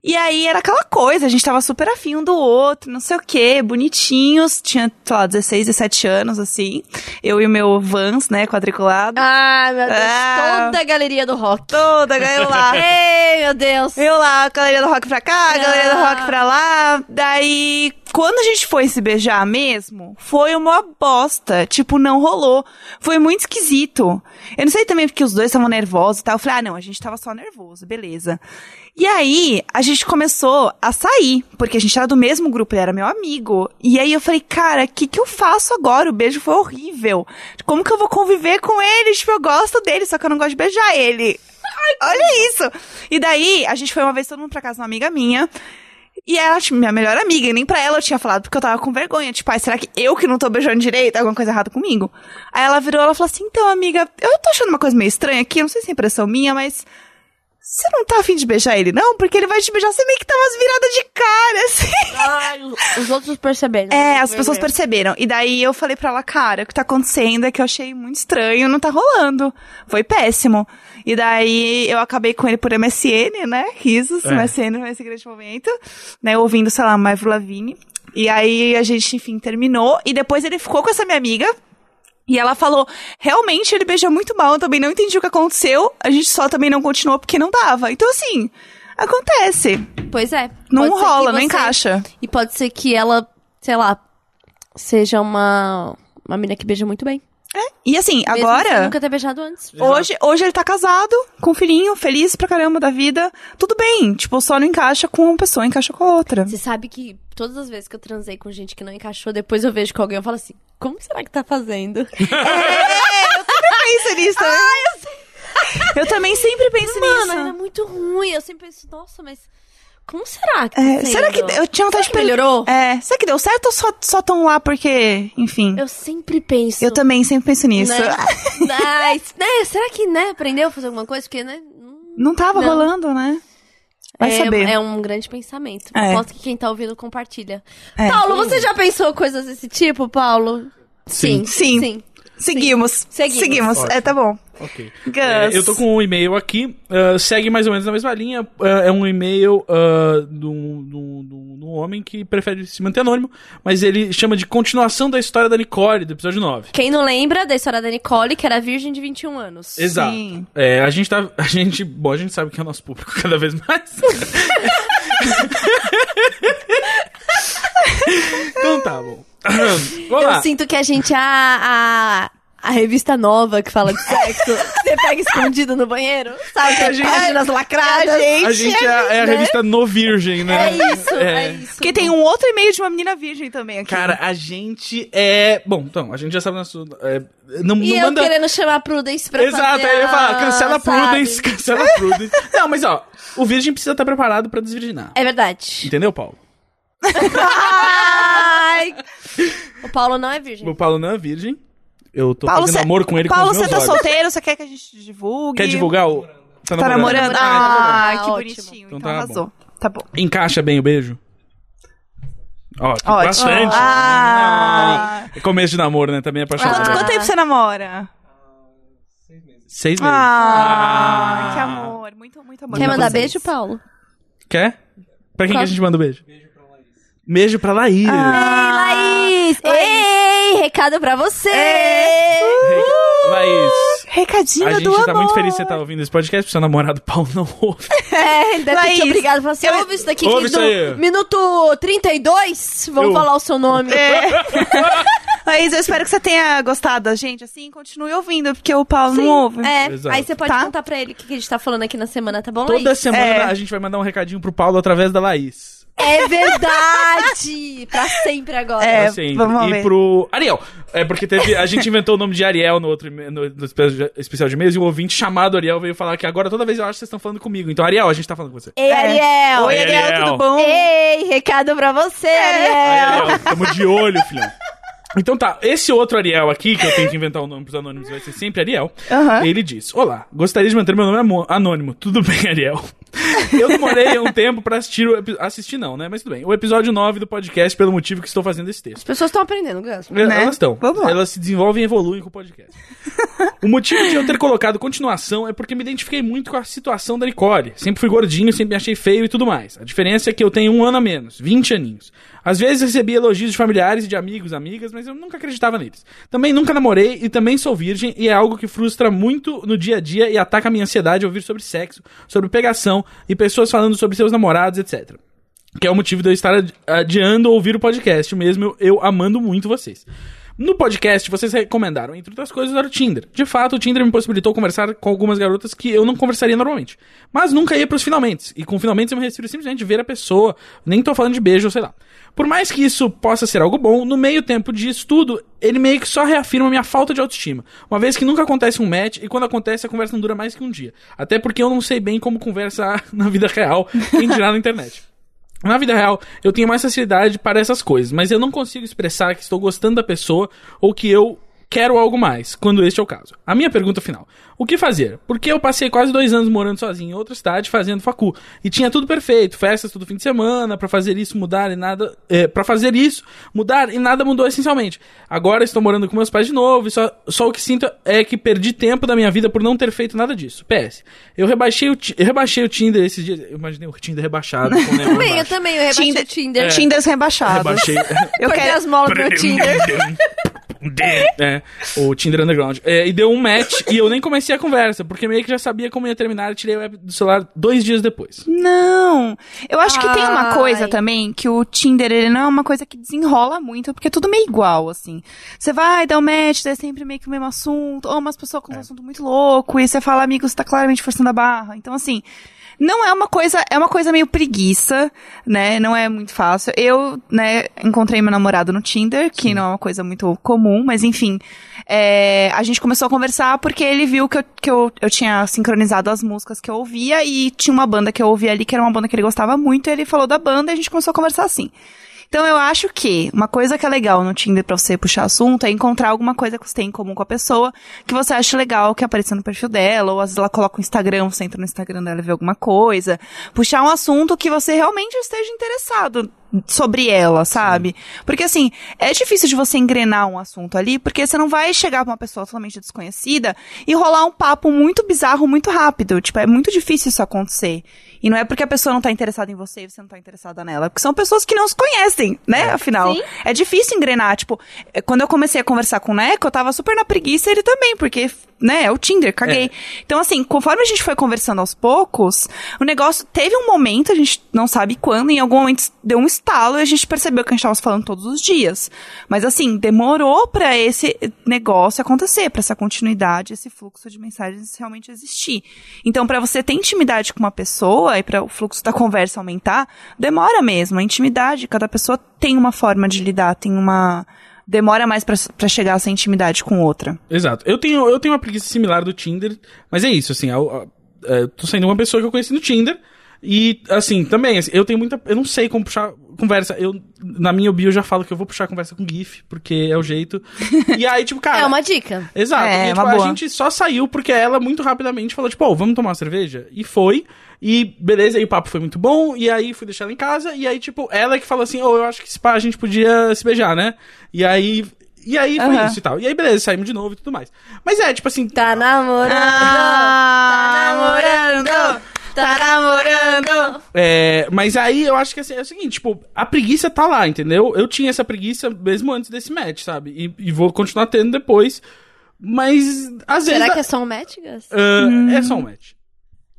E aí era aquela coisa, a gente tava super afim um do outro, não sei o quê, bonitinhos, tinha, sei lá, 16, 17 anos, assim. Eu e o meu Vans, né, quadriculado.
Ai, meu Deus,
Ah.
toda a galeria do rock.
Toda, eu lá.
Ei, meu Deus.
Eu lá, a galeria do rock pra cá, a galeria do
Ah.
rock pra lá. Daí, quando a gente foi se beijar mesmo, foi uma bosta. Tipo, não rolou. Foi muito esquisito. Eu não sei também porque os dois estavam nervosos e tal. Eu falei, ah, não, a gente tava só nervoso, beleza. E aí, a gente começou a sair, porque a gente era do mesmo grupo, ele era meu amigo. E aí eu falei, cara, o que que eu faço agora? O beijo foi horrível. Como que eu vou conviver com ele? Tipo, eu gosto dele, só que eu não gosto de beijar ele. Olha isso! E daí, a gente foi uma vez todo mundo pra casa de uma amiga minha. E ela, tipo, minha melhor amiga, e nem pra ela eu tinha falado, porque eu tava com vergonha. Tipo, ai, será que eu que não tô beijando direito? Alguma coisa errada comigo? Aí ela virou, ela falou assim, então, amiga, eu tô achando uma coisa meio estranha aqui, eu não sei se é impressão minha, mas... Você não tá afim de beijar ele, não? Porque ele vai te beijar, você meio que tá umas viradas de cara, assim.
Ai, os- os outros perceberam.
É, as pessoas perceberam. E daí eu falei pra ela, cara, o que tá acontecendo é que eu achei muito estranho, não tá rolando. Foi péssimo. E daí eu acabei com ele por MSN, né? Risos,
É.
MSN não é esse grande momento. Né? Ouvindo, sei lá, Marvel Lavigne. E aí a gente, enfim, terminou. E depois ele ficou com essa minha amiga. E ela falou, realmente ele beijou muito mal, eu também não entendi o que aconteceu, a gente só também não continuou porque não dava. Então, assim, acontece.
Pois é.
Não
Pode ser que
rola, não
você-
encaixa.
E pode ser que ela, sei lá, seja uma. Uma menina que beija muito bem.
E assim,
Mesmo
agora.
sem nunca ter beijado antes.
Exato.
Hoje, hoje ele tá casado, com um filhinho, feliz pra caramba da vida. Tudo bem, tipo, só não encaixa com uma pessoa, encaixa com a outra.
Você sabe que todas as vezes que eu transei com gente que não encaixou, depois eu vejo com alguém e falo assim: como será que tá fazendo?
é
Pensa
né?
nisso também. eu também sempre penso
Mano, era
nisso.
muito ruim. Eu sempre penso, nossa, mas como será que tá
É,
sendo?
será que eu tinha
Será
vontade de
que
perguntar?
melhorou?
É, será que deu certo ou só, só tão lá porque, enfim. Eu,
Eu sempre penso.
É. também sempre penso nisso.
Né? Ai, né? Será que, né, aprendeu a fazer alguma coisa? Porque, né? hum,
Não tava
Não.
rolando, né? Vai
é,
saber.
é um grande pensamento.
É.
Aposto que quem tá ouvindo compartilha.
É.
Paulo, você já pensou coisas desse tipo, Paulo?
Sim.
Sim. Seguimos.
Seguimos.
É, tá bom.
Ok.
Gus.
É, eu tô com um e-mail aqui, ah, segue mais ou menos na mesma linha. ah, é um e-mail ah, de um de um- de um- de um homem que prefere se manter anônimo, mas ele chama de continuação da história da Nicole, do episódio 9.
Quem não lembra da história da Nicole, que era virgem de 21 anos.
Exato.
Sim.
É, a gente tá. A gente. Bom, a gente sabe que é o nosso público cada vez mais. então tá bom. Vamos
Eu
lá.
sinto que a gente é a, a, a revista nova que fala de sexo, você pega escondido no banheiro, sabe? É Com as páginas lacradas.
A gente é, é
né?
a revista No Virgem, né?
É isso, é,
É.
isso.
Porque tem um outro e-mail de uma menina virgem também aqui.
Cara, a gente é. Bom, então, a gente já sabe o nosso. é, Não,
E
não
eu
manda.
querendo chamar a Prudence pra
Exato,
fazer
aí eu ia falar,
a-
cancela a
sabe?
Prudence, cancela a Prudence. não, mas ó, o virgem precisa estar preparado pra desvirginar.
É verdade.
Entendeu, Paulo?
Ai! O Paulo não é virgem.
O Paulo não é virgem. Eu tô
Paulo,
fazendo
cê-
amor com ele
Paulo,
com os meus
tá
olhos.
solteiro? Você quer que a gente divulgue?
Quer divulgar o. Tá
Tá namorando?
Ah,
Ah,
tá
que
ótimo.
bonitinho.
Então
Então,
tá
arrasou. Tá bom.
Encaixa bem o beijo? Ó, que
Ótimo.
bastante.
Ah.
É começo de namoro, né? Também apaixonado.
Quanto,
Ah.
quanto tempo você namora?
Seis meses.
Seis meses.
Ah, que amor. Muito, muito amor.
Quer
pra
mandar
vocês.
beijo, Paulo?
Quer? Pra quem que a
Qual?
gente manda um beijo? Beijo pra Laís.
Ah.
Ei, Laís! Ei, recado pra você!
É.
Re- Laís.
Recadinho
A gente
do amor.
tá muito feliz que você tá ouvindo esse podcast, porque seu namorado Paulo não ouve.
É, ele deve ter
Laís,
te obrigado. Falou assim,
eu-
ouve isso daqui
Ouve
que
isso
do
aí.
minuto 32, vamos
Eu-
falar o seu nome.
É. Laís, eu espero que você tenha gostado da gente. Assim, continue ouvindo, porque o Paulo
Sim,
não ouve.
É,
Exato.
aí você pode
Tá.
contar pra ele o que que a gente tá falando aqui na semana, tá bom,
Toda
Laís?
semana
É.
a gente vai mandar um recadinho pro Paulo através da Laís.
É verdade! pra sempre agora.
É,
Pra sempre.
vamos
Assim, e
ver.
pro Ariel. É porque teve, a gente inventou o nome de Ariel no outro e- no, no espe- especial de mês e um ouvinte chamado Ariel veio falar que agora toda vez eu acho que vocês estão falando comigo. Então, Ariel, a gente tá falando com você.
Ei,
É.
Ariel!
Oi, Ariel,
Ariel.
tudo bom?
Ei, recado pra você,
É.
Ariel!
Ariel, tamo de olho, filhão. Então tá, esse outro Ariel aqui, que eu tenho que inventar o nome pros anônimos, vai ser sempre Ariel.
Aham.
Ele diz: Olá, gostaria de manter meu nome amo- anônimo. Tudo bem, Ariel? Eu demorei um tempo pra assistir, o epi- assistir não, né? Mas tudo bem. O episódio 9 do podcast, pelo motivo que estou fazendo esse texto.
As pessoas estão aprendendo, Gus.
Né?
Elas estão.
Vamos lá.
Elas se desenvolvem e evoluem com o podcast. o motivo de eu ter colocado continuação é porque me identifiquei muito com a situação da Nicole. Sempre fui gordinho, sempre me achei feio e tudo mais. A diferença é que eu tenho um ano a menos, 20 aninhos. Às vezes recebi elogios de familiares e de amigos, amigas, mas eu nunca acreditava neles. Também nunca namorei e também sou virgem e é algo que frustra muito no dia a dia e ataca a minha ansiedade ouvir sobre sexo, sobre pegação e pessoas falando sobre seus namorados, etc. Que é o motivo de eu estar adi- adiando ouvir o podcast, mesmo eu, eu amando muito vocês. No podcast, vocês recomendaram, entre outras coisas, usar o Tinder. De fato, o Tinder me possibilitou conversar com algumas garotas que eu não conversaria normalmente. Mas nunca ia pros finalmente. E com finalmente eu me refiro simplesmente a ver a pessoa. Nem tô falando de beijo, sei lá. Por mais que isso possa ser algo bom, no meio tempo disso tudo, ele meio que só reafirma minha falta de autoestima. Uma vez que nunca acontece um match, e quando acontece, a conversa não dura mais que um dia. Até porque eu não sei bem como conversar na vida real, quem dirá na internet. Na vida real, eu tenho mais facilidade para essas coisas, mas eu não consigo expressar que estou gostando da pessoa ou que eu quero algo mais, quando este é o caso. A minha pergunta final: o que fazer? Porque eu passei quase dois anos morando sozinho em outra cidade fazendo facu e tinha tudo perfeito, festas todo fim de semana, pra fazer isso mudar e nada, é, para fazer isso mudar e nada mudou essencialmente. Agora estou morando com meus pais de novo e só, só o que sinto é que perdi tempo da minha vida por não ter feito nada disso. PS, eu rebaixei o, Ti- eu rebaixei o Tinder esses dias, eu imaginei o Tinder rebaixado. com o negócio
Também, eu
embaixo. É,
também, eu rebaixei o Tinder.
Tinders rebaixados.
Rebaixei.
Eu
Cortei
quero...
as molas do meu Tinder.
é, o Tinder Underground. É, e deu um match e eu nem comecei a conversa, porque meio que já sabia como ia terminar e tirei o app do celular dois dias depois.
Não. Eu acho que tem uma coisa
Ai.
também que o Tinder, ele não é uma coisa que desenrola muito, porque é tudo meio igual, assim. Você vai, dá um match, é sempre meio que o mesmo assunto, ou umas pessoas com um assunto muito louco, e você fala, amigo, você tá claramente forçando a barra. Então, assim, não é uma coisa, é uma coisa meio preguiça, né? Não é muito fácil. Eu, né, encontrei meu namorado no Tinder, que não é uma coisa muito comum, mas enfim. É, a gente começou a conversar porque ele viu que, eu, que eu, eu tinha sincronizado as músicas que eu ouvia e tinha uma banda que eu ouvia ali, que era uma banda que ele gostava muito, e ele falou da banda e a gente começou a conversar assim. Então eu acho que uma coisa que é legal no Tinder pra você puxar assunto é encontrar alguma coisa que você tem em comum com a pessoa, que você acha legal que apareça no perfil dela, ou às vezes ela coloca o Instagram, você entra no Instagram dela e vê alguma coisa. Puxar um assunto que você realmente esteja interessado sobre ela, sabe? Porque assim, é difícil de você engrenar um assunto ali, porque você não vai chegar pra uma pessoa totalmente desconhecida e rolar um papo muito bizarro, muito rápido. Tipo, é muito difícil isso acontecer. E não é porque a pessoa não tá interessada em você e você não tá interessada nela. Porque são pessoas que não se conhecem, né? Afinal. É difícil engrenar. Tipo, eh, quando eu comecei a conversar com o Neco, eu tava super na preguiça ele também, porque, né? É o Tinder, caguei. Então, assim, conforme a gente foi conversando aos poucos, o negócio teve um momento, a gente não sabe quando, em algum momento deu um estalo e a gente percebeu que a gente tava se falando todos os dias. Mas, assim, demorou pra esse negócio acontecer, pra essa continuidade, esse fluxo de mensagens realmente existir. Então, pra você ter intimidade com uma pessoa e pra o fluxo da conversa aumentar, demora mesmo. A intimidade, cada pessoa tem uma forma de lidar, tem uma. Demora mais pra pra chegar a essa intimidade com outra.
Exato. Eu tenho, eu tenho uma preguiça similar do Tinder, mas é isso, assim, eu, eu, eu tô sendo uma pessoa que eu conheci no Tinder. E, assim, também, assim, eu tenho muita. Eu não sei como puxar conversa. Eu, na minha bio, eu já falo que eu vou puxar conversa com GIF, porque é o jeito. E aí, tipo, cara.
É uma dica.
Exato.
É,
e, tipo,
uma boa.
A gente só saiu porque ela muito rapidamente falou, tipo, ó, vamos tomar uma cerveja? E foi. E beleza, aí o papo foi muito bom. E aí fui deixar ela em casa. E aí, tipo, ela que falou assim, ô, eu acho que se pá, a gente podia se beijar, né? E aí. E aí foi
Aham. Então
isso e tal. E aí, beleza, saímos de novo e tudo mais. Mas é, tipo assim.
Tá namorando,
Ah.
tá namorando, tá namorando.
É, mas aí eu acho que assim, é o seguinte, tipo, a preguiça tá lá, entendeu? Eu tinha essa preguiça mesmo antes desse match, sabe? E, e vou continuar tendo depois. Mas às vezes.
Será
a-
que é só um match, Gus?
Ah, É só um
Hum.
match.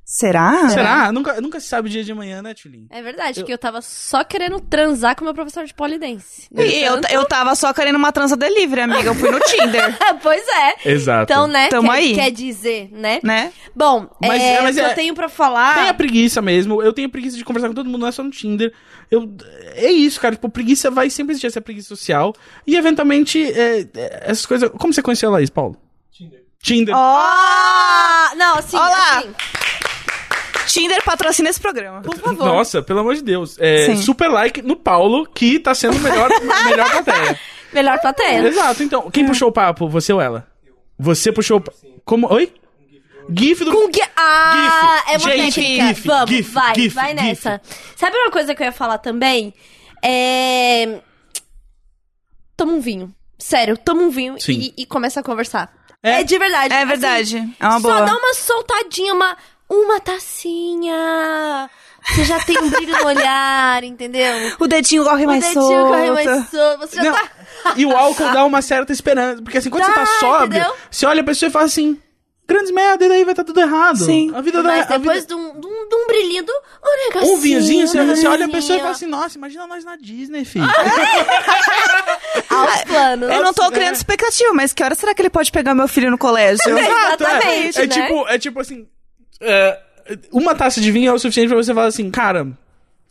Será?
Será? Nunca, nunca se sabe o dia de amanhã, né, Tulin?
É verdade, que eu tava só querendo transar com meu professor de polidense. Né?
E eu, eu tava só querendo uma transa delivery, amiga. Eu fui no Tinder,
pois é.
Exato.
Então, né?
Tamo
quer,
aí.
quer dizer, né?
né?
Bom,
Mas-
é,
mas
o que
é-
eu tenho pra falar.
Tem a preguiça mesmo. Eu tenho preguiça de conversar com todo mundo, não é só no Tinder. Eu, é isso, cara. Tipo, preguiça vai sempre existir essa preguiça social. E, eventualmente, é, é, essas coisas... Como você conheceu a Laís, Paulo?
Tinder.
Tinder.
Ah, não, assim,
Olá.
assim.
Tinder patrocina esse programa.
Por favor.
Nossa, pelo amor de Deus. É,
Sim.
super like no Paulo, que tá sendo o melhor, melhor plateia.
Melhor plateia.
Exato, então. Quem puxou o papo? Você ou ela? Você puxou o... pa- Como? Oi? Um GIF do...
Com gui- Um Ah,
Gif.
é uma
Gente,
técnica.
gif,
Vamos,
gif,
vai,
gif,
vai
gif.
nessa. Sabe uma coisa que eu ia falar também? É. Toma um vinho. Sério, toma um vinho
Sim.
e, e começa a conversar.
É.
É, de verdade.
É
Assim,
verdade. É uma
Só dá
boa.
uma soltadinha, uma, uma tacinha. Você já tem um brilho no olhar, entendeu?
O dedinho corre mais
um- o
solto.
dedinho corre mais solto. Você já
Não,
tá...
E o álcool dá uma certa esperança. Porque assim, quando você tá
Dá,
sóbrio,
entendeu?
você olha a pessoa e fala assim: grandes merda, e daí vai estar tudo errado.
Sim.
A vida
Mas
da. a
depois de,
vida-
um, de, um, de um brilhinho, do, um negocinho.
Um vinhozinho, você,
um
você olha a pessoa
negocinho.
e fala assim: nossa, imagina nós na Disney, filho.
Ah,
"Ah,
Aos planos.
Eu não tô
Nossa,
criando
é.
expectativa, mas que hora será que ele pode pegar meu filho no colégio?
Exatamente,
Então, é.
né?
É tipo, é tipo assim: é, uma taça de vinho é o suficiente pra você falar assim, cara.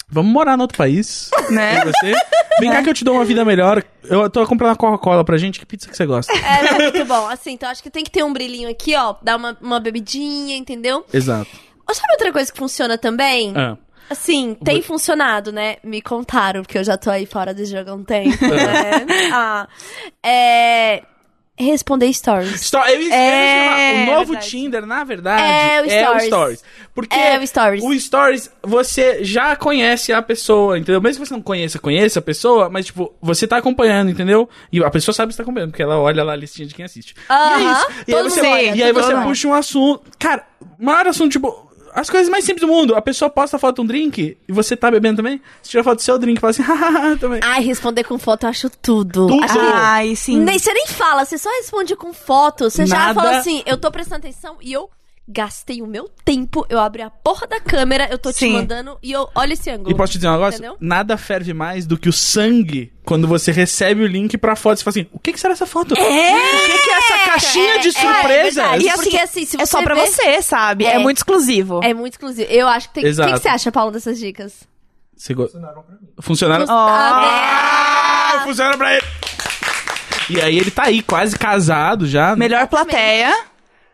Vamos morar no outro país?
Né?
E você? Vem cá que eu te dou uma vida melhor. Eu tô comprando uma Coca-Cola pra gente. Que pizza que você gosta?
É, não, muito bom. Assim, então acho que tem que ter um brilhinho aqui, ó. Dar uma, uma bebidinha, entendeu?
Exato.
Ou sabe outra coisa que funciona também?
Ah.
Assim, tem funcionado, né? Me contaram, porque eu já tô aí fora do jogo há um tempo, né? Ah, é... Responder stories.
Sto- eu- eu-
É,
eu- o novo
verdade.
Tinder, na verdade,
É o Stories.
Porque
É o Stories.
o Stories, você já conhece a pessoa, entendeu? Mesmo que você não conheça, conheça a pessoa, mas, tipo, você tá acompanhando, entendeu? E a pessoa sabe que você tá acompanhando, porque ela olha lá a listinha de quem assiste. E é
Aham,
isso. E aí
todo
você,
mundo
vai-
olha,
e aí
todo
você
mundo.
puxa um assunto. Cara, o maior assunto, tipo. As coisas mais simples do mundo. A pessoa posta foto de um drink e você tá bebendo também. Você tira foto do seu drink e fala assim, hahaha, também.
Ai, responder com foto eu acho tudo.
Tudo.
Acho que-
Ai, Ah, sim.
Nem, você nem fala, você só responde com foto. Você já
Nada.
fala assim, eu tô prestando atenção e eu gastei o meu tempo, eu abri a porra da câmera, eu tô te
Sim.
mandando e eu olha esse ângulo.
E posso te dizer um negócio?
Entendeu?
Nada ferve mais do que o sangue quando você recebe o link pra foto. Você fala assim, o que, que será essa foto? O que, que é essa caixinha de surpresa?
é verdade.
E assim,
Porque, assim, se
é só
você
pra
vê-
você, sabe?
É.
É, muito exclusivo.
É muito exclusivo. Eu acho que tem. O que,
Exato.
que você acha, Paulo, dessas dicas?
Você go-
Funcionaram pra mim.
Funcionaram?
Ah,
Ah, funcionaram pra ele! E aí ele tá aí, quase casado já. né?
Melhor plateia.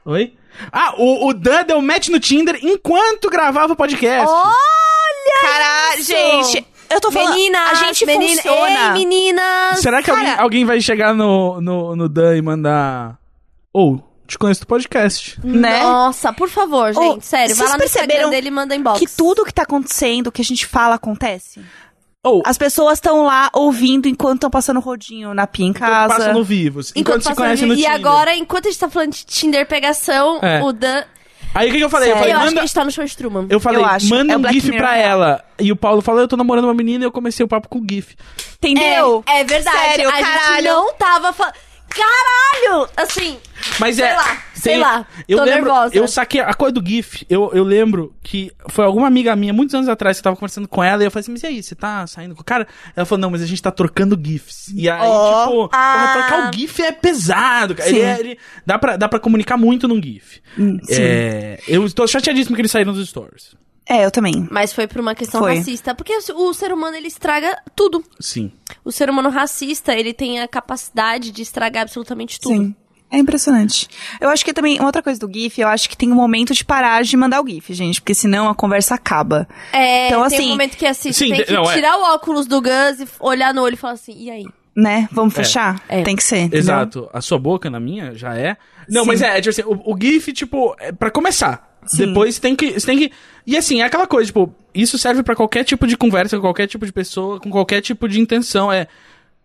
Oi? Ah, o, o Dan deu match no Tinder enquanto gravava o podcast.
Caralho, gente. Eu tô falando.
Meninas,
a gente
menina, Ei,
funciona.
meninas!
Será que alguém, alguém vai chegar no, no, no Dan e mandar... Ou, te conheço do podcast.
né?
Nossa, por favor, gente,
Ô,
sério, vai
vocês
lá no Instagram
perceberam
dele e manda inbox.
Que tudo que tá acontecendo, que a gente fala, acontece.
Ou,
As pessoas estão lá ouvindo enquanto estão passando rodinho na pia em casa.
passam no Vivos. Enquanto, se
passa
conhecem no
E
Tinder.
agora, enquanto a gente tá falando de Tinder pegação,
É.
o Dan.
Aí o que, que eu falei?
eu
Eu falei,
acho que
manda,
a gente tá no show de Truman.
Eu falei,
Eu acho.
manda
É
um
Black
GIF
Mirror.
pra ela. E o Paulo falou, eu tô namorando uma menina e eu comecei o papo com GIF.
Entendeu?
É, é verdade.
Sério,
a gente
caralho.
não tava falando. caralho! Assim,
Mas
Sei
é.
lá, sei lá.
Eu
Tô
lembro,
nervosa.
Eu saquei a coisa do GIF. Eu, eu lembro que foi alguma amiga minha, muitos anos atrás, que eu tava conversando com ela. E eu falei assim: Mas e aí, você tá saindo com o cara? Ela falou: Não, mas a gente tá trocando GIFs. E aí,
Ó.
tipo, porra,
Ah.
trocar o GIF é pesado, cara. Ele,
Sim.
é- ele- dá, pra, dá pra comunicar muito num GIF.
Hum, sim.
É, eu tô chateadíssimo que eles saíram dos stories.
É, eu também.
mas foi por uma questão
Foi.
racista. Porque o, o ser humano, ele estraga tudo.
Sim.
O ser humano racista, ele tem a capacidade de estragar absolutamente tudo.
Sim. É impressionante. Eu acho que também, uma outra coisa do GIF, eu acho que tem um momento de parar de mandar o GIF, gente, porque senão a conversa acaba.
É,
Então,
tem um
assim,
momento que assim,
sim,
tem que
não, é.
tirar o óculos do Gus e f- olhar no olho e falar assim, e aí?
Né? Vamos fechar?
É.
Tem que ser. entendeu?
Exato. A sua boca na minha já é. Não,
Sim.
mas é, tipo assim, o, o GIF, tipo, é pra começar.
Sim.
Depois tem que, você tem que. E assim, é aquela coisa, tipo, isso serve pra qualquer tipo de conversa, com qualquer tipo de pessoa, com qualquer tipo de intenção. É.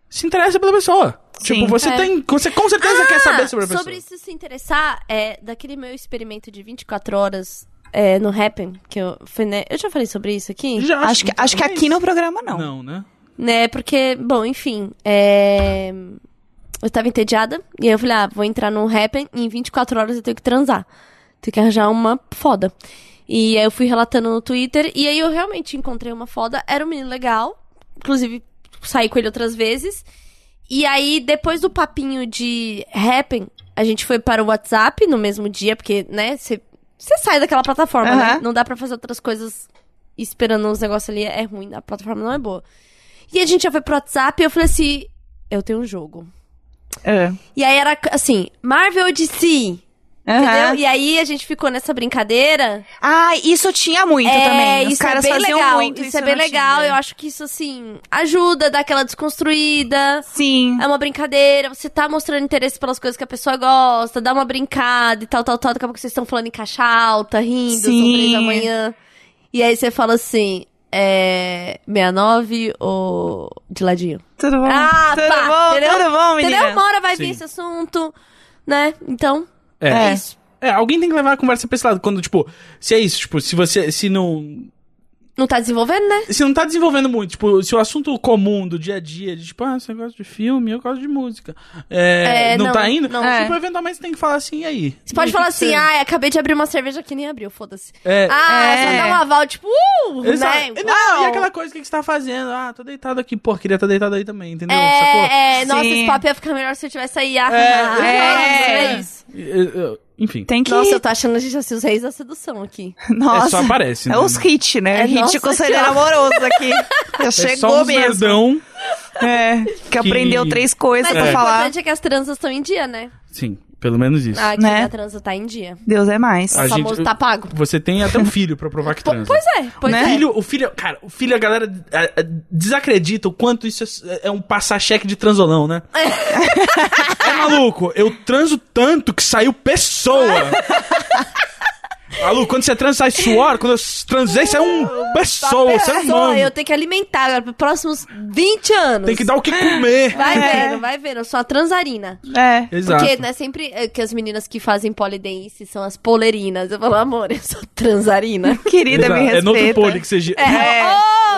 Se interessa pela pessoa.
Sim.
Tipo, você
É.
tem. Você com certeza quer saber
Ah,
sobre a pessoa.
sobre isso se interessar, é daquele meu experimento de 24 horas é, no Happen, que eu foi, né, eu já falei sobre isso aqui?
Já
Acho que, acho que aqui no
talvez.
programa não.
é Não, né?
Né, porque, bom, enfim, é, eu tava entediada e aí eu falei, ah, vou entrar no Happen e em 24 horas eu tenho que transar. Tenho que arranjar uma foda. E aí eu fui relatando no Twitter e aí eu realmente encontrei uma foda, era um menino legal, inclusive saí com ele outras vezes. E aí, depois do papinho de Happen, a gente foi para o WhatsApp no mesmo dia, porque, né, você sai daquela plataforma, né?
Aham.
Não dá pra fazer outras coisas esperando uns negócios ali, é ruim, a plataforma não é boa. E a gente já foi pro WhatsApp e eu falei assim, eu tenho um jogo.
É.
E aí era assim, Marvel ou DC,
Aham.
entendeu? E aí a gente ficou nessa brincadeira
Ah, isso tinha muito também. Os
isso
caras
é bem
faziam
legal.
muito
isso.
isso.
é bem
no
legal.
Tinder.
Eu acho que isso, assim, ajuda, dá aquela desconstruída.
Sim.
É uma brincadeira, você tá mostrando interesse pelas coisas que a pessoa gosta, dá uma brincada e tal, tal, tal. Daqui a pouco vocês estão falando em caixa alta, rindo, são
Sim.
três da manhã. E aí você fala assim, é... 69 ou de ladinho?
Tudo bom?
Ah,
tudo
pá,
bom?
entendeu?
Tudo bom, menina?
Entendeu? Uma hora vai vir
Sim.
esse assunto, né? Então,
É.
é,
É.
isso.
É, alguém tem que levar a conversa pra esse lado. Quando, tipo, se é isso, tipo, se você. Se não.
Não tá desenvolvendo, né?
se não tá desenvolvendo muito, tipo, se o assunto comum do dia a dia, é de tipo, ah, você gosta de filme, eu gosto de música. É,
É,
não,
não,
tá indo?
não.
Tipo, eventualmente você tem que falar assim, e aí?
Você pode
E aí,
falar
o que que
assim,
você-
ah, acabei de abrir uma cerveja que nem abriu, foda-se.
É,
Ah,
É.
só dá um aval, tipo, uh,
eles
né?
falam, "E não, e
Uau."
aquela coisa, o que que você tá fazendo? Ah, tô deitado aqui, pô, queria estar deitado aí também, entendeu? Sacou?
É, é,
Sim.
nossa, esse papo ia ficar melhor se eu tivesse aí. Ah,
é.
é isso.
Eu- eu- Enfim,
Tem que.
Nossa, eu tô achando a gente assim, os reis da sedução aqui.
é só
Nossa.
aparece, né?
É os hits, né?
É,
hit
nossa,
conselheiro
que ó.
amoroso aqui. Já
é
chegou
só uns
mesmo.
nerdão.
É. Que, aprendeu três coisas
Mas o
pra falar.
importante é que as transas estão em dia, né?
Sim, pelo menos isso.
Ah, aqui
Né?
a transa tá em dia.
Deus é mais.
A
O
gente-
famoso tá pago.
Você tem até um filho pra provar que
Po-
transa.
pois é, pois
Né?
é.
Filho, o filho, cara, o filho, a galera é, é, desacredita o quanto isso é, é um passar-cheque de transolão, né? é maluco, eu transo tanto que saiu pessoa. maluco, quando você transa, sai suor. Quando eu transei, saiu um pessoa, ser
Só eu
humano.
tenho que alimentar agora pros próximos 20 anos.
Tem que dar o que comer.
Vai
É.
vendo, vai vendo. Eu sou a transarina.
É.
Exato.
Porque, né, sempre é, que as meninas que fazem polidense são as polerinas. Eu falo, amor, eu sou transarina.
Querida, me
Exato. É no outro
respeita.
pole que você... gira.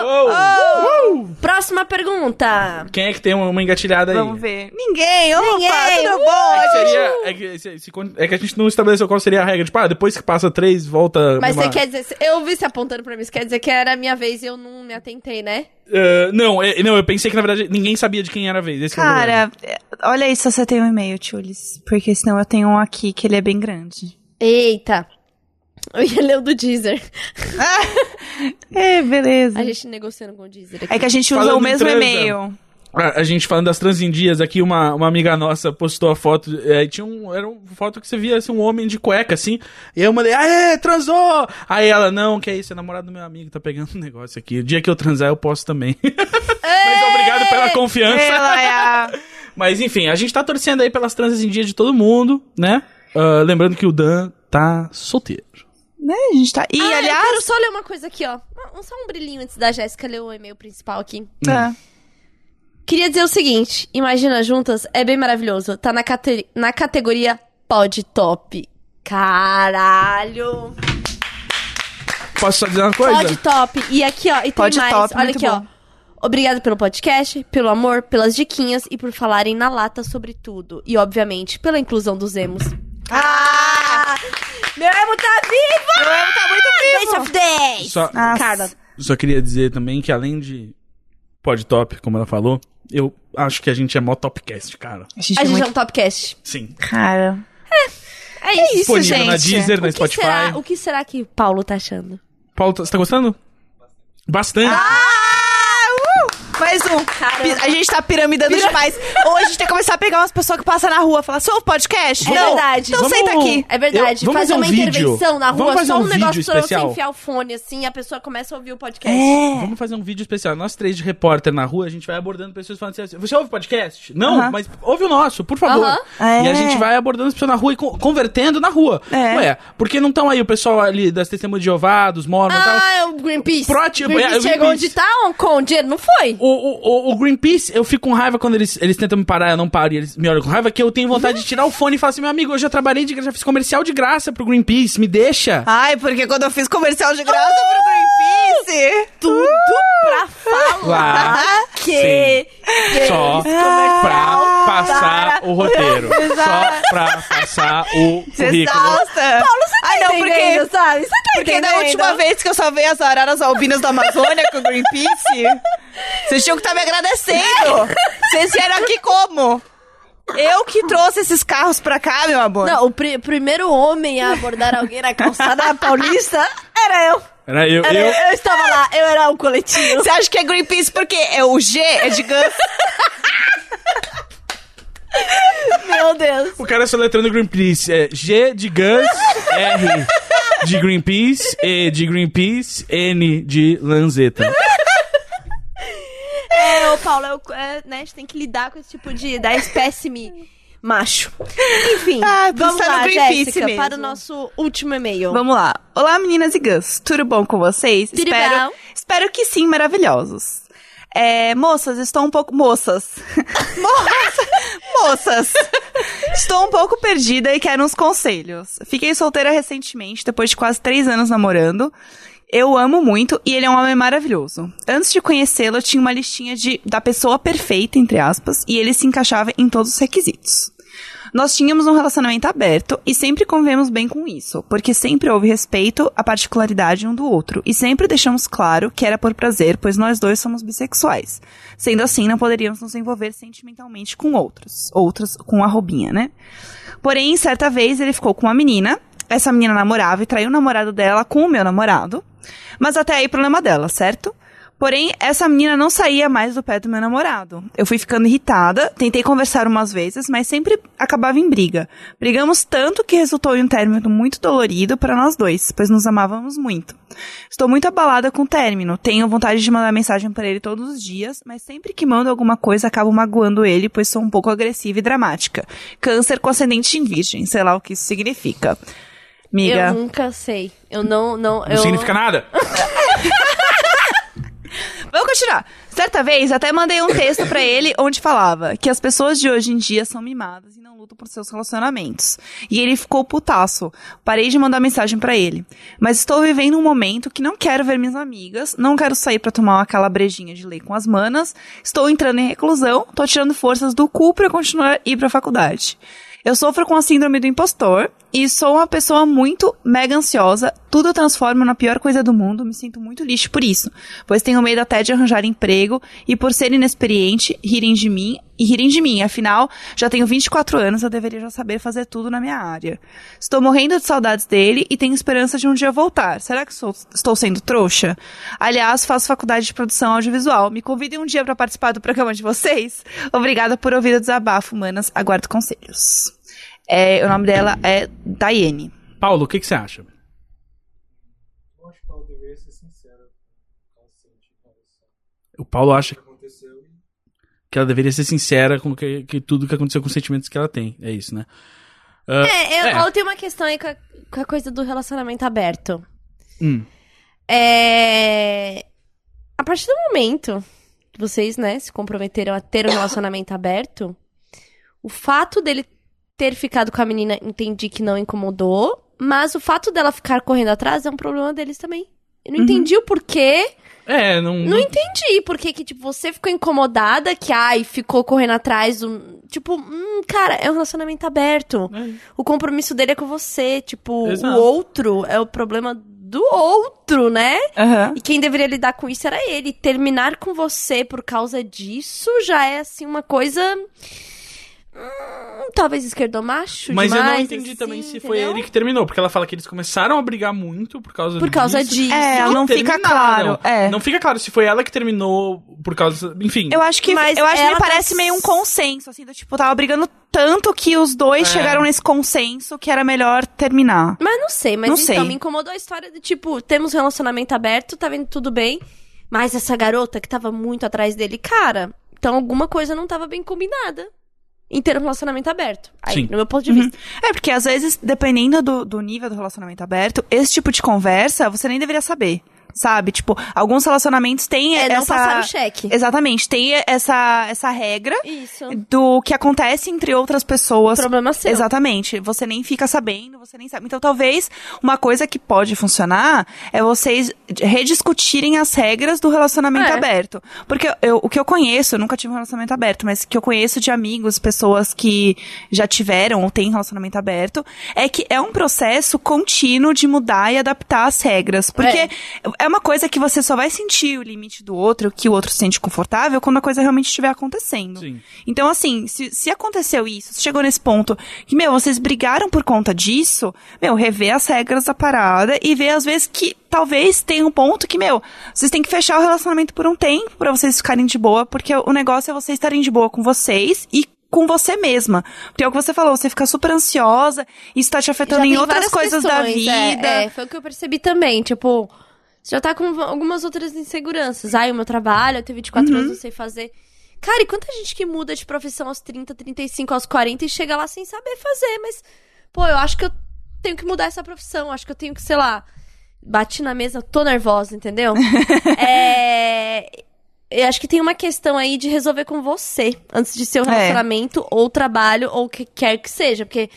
É.
Uou, uou.
Próxima pergunta.
Quem é que tem uma, uma engatilhada aí?
Vamos ver. Ninguém, opa,
Ninguém,
tudo
uh!
bom?
É que, seria, é, que, se- se- é que a gente não estabeleceu qual seria a regra. Tipo, ah, depois que passa três, volta...
Mas
uma-
você quer dizer. Eu vi você apontando pra mim, isso quer dizer que era a minha vez e eu não me atentei, né?
É, não, é- não, eu pensei que na verdade ninguém sabia de quem era a vez. Esse que é o problema.
Cara, é, olha aí se você tem um e-mail, Tulis. Porque senão eu tenho um aqui que ele é bem grande.
Eita! Eu ia ler o do Deezer.
É, beleza.
A gente negociando com o Deezer aqui.
É que a gente usa
Falando
o mesmo
em transa.
e-mail.
Ah, a, a gente falando das transindias aqui, uma, uma amiga nossa postou a foto. É, e tinha um, era uma foto que você via assim, um homem de cueca assim. E eu mandei, aê, transou! Aí ela, não, que é isso, é namorado do meu amigo, tá pegando um negócio aqui. O dia que eu transar eu posso também. Mas obrigado pela confiança.
Ela é a...
Mas enfim, a gente tá torcendo aí pelas transindias de todo mundo, né? Ah, lembrando que o Dan tá solteiro.
Né, a gente tá... E,
Ah,
aliás...
eu quero só ler uma coisa aqui, ó. Um- Só um brilhinho antes da Jéssica ler o e-mail principal aqui.
Tá.
Queria dizer o seguinte: Imagina Juntas é bem maravilhoso. Tá na, cate- na categoria Pod Top. Caralho!
Posso só dizer uma coisa?
é.
Pod Top. E aqui, ó, e tem
Pod
mais.
Top,
Olha
muito
aqui, ó. Obrigada pelo podcast, pelo amor, pelas diquinhas e por falarem na lata sobre tudo. E, obviamente, pela inclusão dos emos. Ah! Meu emo tá vivo!
Meu emo tá muito vivo!
Face of 10!
Só-
Nossa.
Carla.
Só queria dizer também que além de pod top, como ela falou, eu acho que a gente é mó topcast, cara.
A gente,
A
é
gente é
muito...
um topcast.
Sim.
Cara.
É isso,
Isso,
Disponível na
gente.
Deezer, na
O que,
Spotify.
será, o que será que Paulo tá achando?
Paulo, tá- você tá gostando? Bastante.
Ah,
Ah, Mais um.
Caramba.
A gente tá piramidando demais. Ou a gente tem que começar a pegar umas pessoas que passam na rua e falar, sou o podcast?
É
Não.
verdade.
Então
Vamos-
senta aqui.
É verdade,
Eu- vamos
fazer
fazer
uma
um vídeo.
intervenção na
Vamos
rua,
fazer
só
um
um,
vídeo
negócio pra você
especial.
enfiar o fone, assim, e a pessoa começa a ouvir o podcast.
É.
Vamos fazer um vídeo especial. Nós três de repórter na rua, a gente vai abordando pessoas falando assim: você ouve podcast? Não,
Aham.
mas ouve o nosso, por favor.
Aham.
E
É.
a gente vai abordando as pessoas na rua e con- convertendo na rua.
É.
Ué, porque não estão aí o pessoal ali das testemunhas de Jeová, dos mormons e tal?
Ah, o Greenpeace.
Proati-
Greenpeace
é, o
chegou
Greenpeace. Uh!
onde tá, Hong Kong, dinheiro não foi.
O, o, o- o Greenpeace, eu fico com raiva quando eles, eles tentam me parar, eu não paro e eles me olham com raiva, que eu tenho vontade de tirar o fone e falar assim, meu amigo, eu já trabalhei de graça, já fiz comercial de graça pro Greenpeace, me deixa.
Ai, porque quando eu fiz comercial de graça pro Greenpeace...
Tudo pra falar
Lá,
que... que
Só Ah,
esse comercial
pra passar
para-
o roteiro. Só
Exato.
pra passar o
Você
currículo.
salta.
Paulo, você tá
Ai, não,
entendendo,
porque...
sabe? Você tá
Porque
entendendo?
da última vez que eu salvei as araras albinas da Amazônia com o Greenpeace, vocês tinham que estar me agradecendo. Vocês vieram aqui como? Eu que trouxe esses carros pra cá, meu amor.
Não, o pri- primeiro homem a abordar alguém na calçada paulista era eu.
Era eu,
Era eu.
eu...
eu estava lá, eu era um coletivo.
Você acha que é Greenpeace porque é o G é de Gus?
Meu Deus.
O cara soletrando Greenpeace é G de Gus, R de Greenpeace, E de Greenpeace, N de Lanzeta.
É, ô Paulo, eu, é, né, a gente tem que lidar com esse tipo de. da espécime macho. Enfim,
Ah,
vamos
está no
lá,
Greenpeace
Jéssica,
mesmo.
para o nosso último e-mail.
Vamos lá. Olá, meninas e Gus. Tudo bom com vocês?
Tudo
espero,
bom.
espero que sim, maravilhosos. É, moças, estou um pouco. Moças. Moças! moças! Estou um pouco perdida e quero uns conselhos. Fiquei solteira recentemente, depois de quase três anos namorando. Eu amo muito e ele é um homem maravilhoso. Antes de conhecê-lo, eu tinha uma listinha de, da pessoa perfeita, entre aspas, e ele se encaixava em todos os requisitos. Nós tínhamos um relacionamento aberto e sempre convivemos bem com isso, porque sempre houve respeito à particularidade um do outro e sempre deixamos claro que era por prazer, pois nós dois somos bissexuais. Sendo assim, não poderíamos nos envolver sentimentalmente com outros, outros com a Robinha, né? Porém, certa vez ele ficou com uma menina, essa menina namorava e traiu o namorado dela com o meu namorado, mas até aí problema dela, certo? Porém, essa menina não saía mais do pé do meu namorado. Eu fui ficando irritada, tentei conversar umas vezes, mas sempre acabava em briga. Brigamos tanto que resultou em um término muito dolorido para nós dois, pois nos amávamos muito. Estou muito abalada com o término, tenho vontade de mandar mensagem para ele todos os dias, mas sempre que mando alguma coisa acabo magoando ele, pois sou um pouco agressiva e dramática. Câncer com ascendente em virgem, sei lá o que isso significa. Miga.
Eu nunca sei. Eu não. Não,
Não
eu...
significa nada.
Vamos continuar. Certa vez, até mandei um texto pra ele onde falava que as pessoas de hoje em dia são mimadas e não lutam por seus relacionamentos. E ele ficou putaço. Parei de mandar mensagem pra ele. Mas estou vivendo um momento que não quero ver minhas amigas, não quero sair pra tomar aquela brejinha de lei com as manas, estou entrando em reclusão, tô tirando forças do cu pra continuar ir pra faculdade. Eu sofro com a síndrome do impostor e sou uma pessoa muito mega ansiosa. Tudo eu transformo na pior coisa do mundo. Me sinto muito lixo por isso, pois tenho medo até de arranjar emprego e por ser inexperiente, rirem de mim e rirem de mim. Afinal, já tenho 24 anos, eu deveria já saber fazer tudo na minha área. Estou morrendo de saudades dele e tenho esperança de um dia voltar. Será que sou- estou sendo trouxa? Aliás, faço faculdade de produção audiovisual. Me convidem um dia para participar do programa de vocês. Obrigada por ouvir o desabafo, manas. Aguardo conselhos. É, o nome dela é Daiane.
Paulo, o que, que você acha?
Eu acho que ela deveria ser sincera com o que
O Paulo acha
aconteceu e
que ela deveria ser sincera com que, que tudo que aconteceu com os sentimentos que ela tem. É isso, né?
É, eu,
É.
eu tenho uma questão aí com a, com a coisa do relacionamento aberto.
Hum.
É. A partir do momento que vocês, né, se comprometeram a ter um relacionamento aberto, o fato dele ter ficado com a menina entendi que não incomodou, mas o fato dela ficar correndo atrás é um problema deles também. Eu não entendi o porquê
É, não.
Não entendi por que que, tipo, você ficou incomodada que, ai, ficou correndo atrás do... Tipo, hum, cara, é um relacionamento aberto.
É.
O compromisso dele é com você. Tipo,
Exato.
o outro é o problema do outro, né?
Aham.
E quem deveria lidar com isso era ele. Terminar com você por causa disso já é, assim, uma coisa... hum, talvez esquerdomacho
Mas eu não
demais,
entendi também
assim,
se foi
entendeu?
ele que terminou, porque ela fala que eles começaram a brigar muito por causa
Por causa
disso.
disso.
É,
que
não fica
terminaram.
claro. É.
Não fica claro se foi ela que terminou por causa. Enfim.
Eu acho que
Mas
eu acho que
ela
me
tá
parece
s-
meio um consenso, assim, do tipo, tava brigando tanto que os dois
É.
chegaram nesse consenso que era melhor terminar.
Mas não sei, mas
Não
então
sei.
me incomodou a história de tipo, temos um relacionamento aberto, tá vendo tudo bem, mas essa garota que tava muito atrás dele, cara, então alguma coisa não tava bem combinada em ter um relacionamento aberto. Aí,
Sim.
no meu ponto de
Uhum.
vista.
É, porque às vezes, dependendo do, do nível do relacionamento aberto, esse tipo de conversa você nem deveria saber. Sabe? Tipo, alguns relacionamentos têm
É,
essa.
não passar o cheque.
Exatamente, tem essa, essa regra
Isso.
do que acontece entre outras pessoas.
Problema seu.
Exatamente. Você nem fica sabendo, você nem sabe. Então, talvez uma coisa que pode funcionar é vocês rediscutirem as regras do relacionamento
É.
aberto. Porque eu- o que eu conheço, eu nunca tive um relacionamento aberto, mas o que eu conheço de amigos, pessoas que já tiveram ou têm relacionamento aberto, é que é um processo contínuo de mudar e adaptar as regras. Porque
É.
é uma coisa que você só vai sentir o limite do outro, que o outro se sente confortável, quando a coisa realmente estiver acontecendo.
Sim.
Então, assim, se, se aconteceu isso, se chegou nesse ponto que, meu, vocês brigaram por conta disso, meu, rever as regras da parada e ver, às vezes, que talvez tenha um ponto que, meu, vocês têm que fechar o relacionamento por um tempo pra vocês ficarem de boa, porque o negócio é vocês estarem de boa com vocês e com você mesma. Porque é o que você falou, você fica super ansiosa, isso tá te afetando
Já
em
tem
outras
várias
coisas da
questões,
vida.
é, é, foi o que eu percebi também, tipo, você já tá com algumas outras inseguranças. Ai, o meu trabalho, eu tenho 24
Uhum.
anos, não sei fazer. Cara, e quanta gente que muda de profissão aos 30, 35, aos 40 e chega lá sem saber fazer, mas pô, eu acho que eu tenho que mudar essa profissão, acho que eu tenho que, sei lá, bati na mesa, tô nervosa, entendeu? é, eu acho que tem uma questão aí de resolver com você, antes de ser um
É.
relacionamento, ou trabalho, ou o que quer que seja, porque,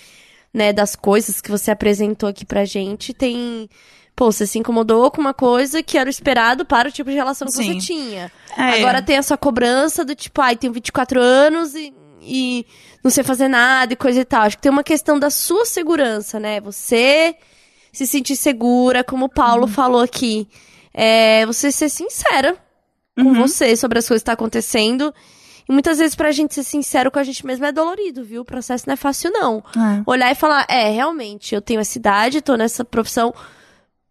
né, das coisas que você apresentou aqui pra gente, tem... Pô, você se incomodou com uma coisa que era o esperado para o tipo de relação que
Sim.
você tinha.
É.
Agora tem essa cobrança do tipo, ai, tenho 24 anos e, e não sei fazer nada e coisa e tal. Acho que tem uma questão da sua segurança, né? Você se sentir segura, como o Paulo
Uhum.
falou aqui. É, você ser sincera
Uhum.
com você sobre as coisas que tá acontecendo. E muitas vezes, pra gente ser sincero com a gente mesmo, é dolorido, viu? O processo não é fácil, não.
É.
Olhar e falar, é, realmente, eu tenho essa idade, tô nessa profissão,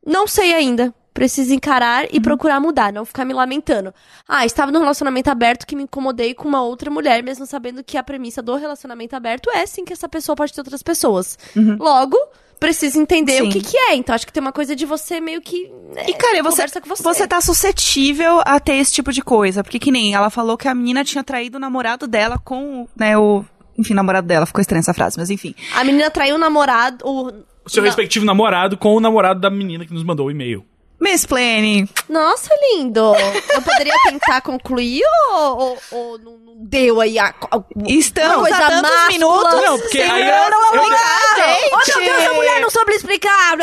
não sei ainda. Preciso encarar
Uhum.
e procurar mudar, não ficar me lamentando. Ah, estava num relacionamento aberto que me incomodei com uma outra mulher, mesmo sabendo que a premissa do relacionamento aberto é sim que essa pessoa pode ter outras pessoas. Logo, preciso entender
Uhum. Sim.
o que, que é. Então, acho que tem uma coisa de você meio que. né,
E, cara, você,
conversa com você.
tá suscetível a ter esse tipo de coisa. Porque que nem ela falou que a menina tinha traído o namorado dela com, o- né, o... Enfim, namorado dela, ficou estranha essa frase, mas enfim.
A menina traiu o namorado. o-
O seu
Não.
respectivo namorado com o namorado da menina que nos mandou o e-mail.
Miss Plane,
Nossa, lindo! Eu poderia tentar concluir ou, ou- ou não, não deu aí a. a-
estamos
Uma coisa
há tantos
máscula.
minutos
Não, porque aí
segurando
eu-
uma
eu-
mulher,
Oh, meu Deus, a mulher
gente!
não soube explicar! Ah!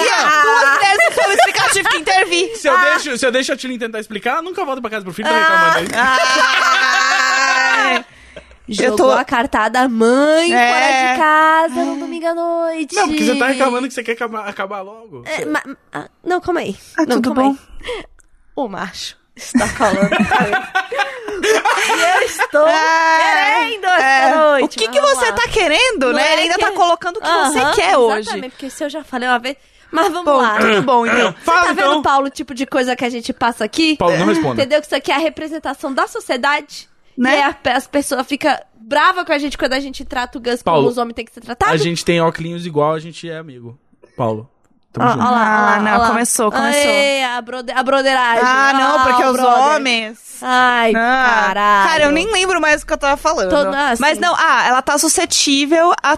Duas mulheres não foram explicar, eu tive que intervir.
Se eu, deixo, se eu deixo a Tilly tentar explicar, nunca volto pra casa pro
Ah,
filho, tá reclamando aí.
Ai.
Jogou
Eu tô-
a cartada mãe
É.
fora de casa no domingo à noite.
Não, porque você tá reclamando que você quer acabar, acabar logo.
É, ma- ah, não, calma aí.
Ah,
não,
tudo
calma
bom?
aí. O macho está falando. eu estou
É.
querendo esta
É.
noite.
O que,
mas
que
vamos
você
lá.
tá querendo,
Não
né?
é
Ele ainda
que-
tá colocando o que
Aham,
você quer hoje.
Exatamente, porque se eu já falei uma vez. Mas vamos
Bom,
lá.
tudo bom, então.
Fala
tá
então.
vendo, Paulo, o tipo de coisa que a gente passa aqui?
Paulo, não responda.
Entendeu? Que isso aqui é a representação da sociedade.
Né?
E aí É, a- as pessoas ficam bravas com a gente quando a gente trata o Gus
Paulo,
como os homens têm que ser
A
tratados.
gente tem óculos igual, a gente é amigo. Paulo, tamo
Ó, ó
junto.
lá, ó lá,
Ah,
ó
não,
lá.
começou, começou.
Aê, a, brode- a broderagem.
Ah, não, porque
o
os
brother.
homens...
Ai,
Ah,
caralho.
Cara, eu nem lembro mais o que eu tava falando.
Tô- ah, sim.
Mas não, ah, ela tá suscetível a,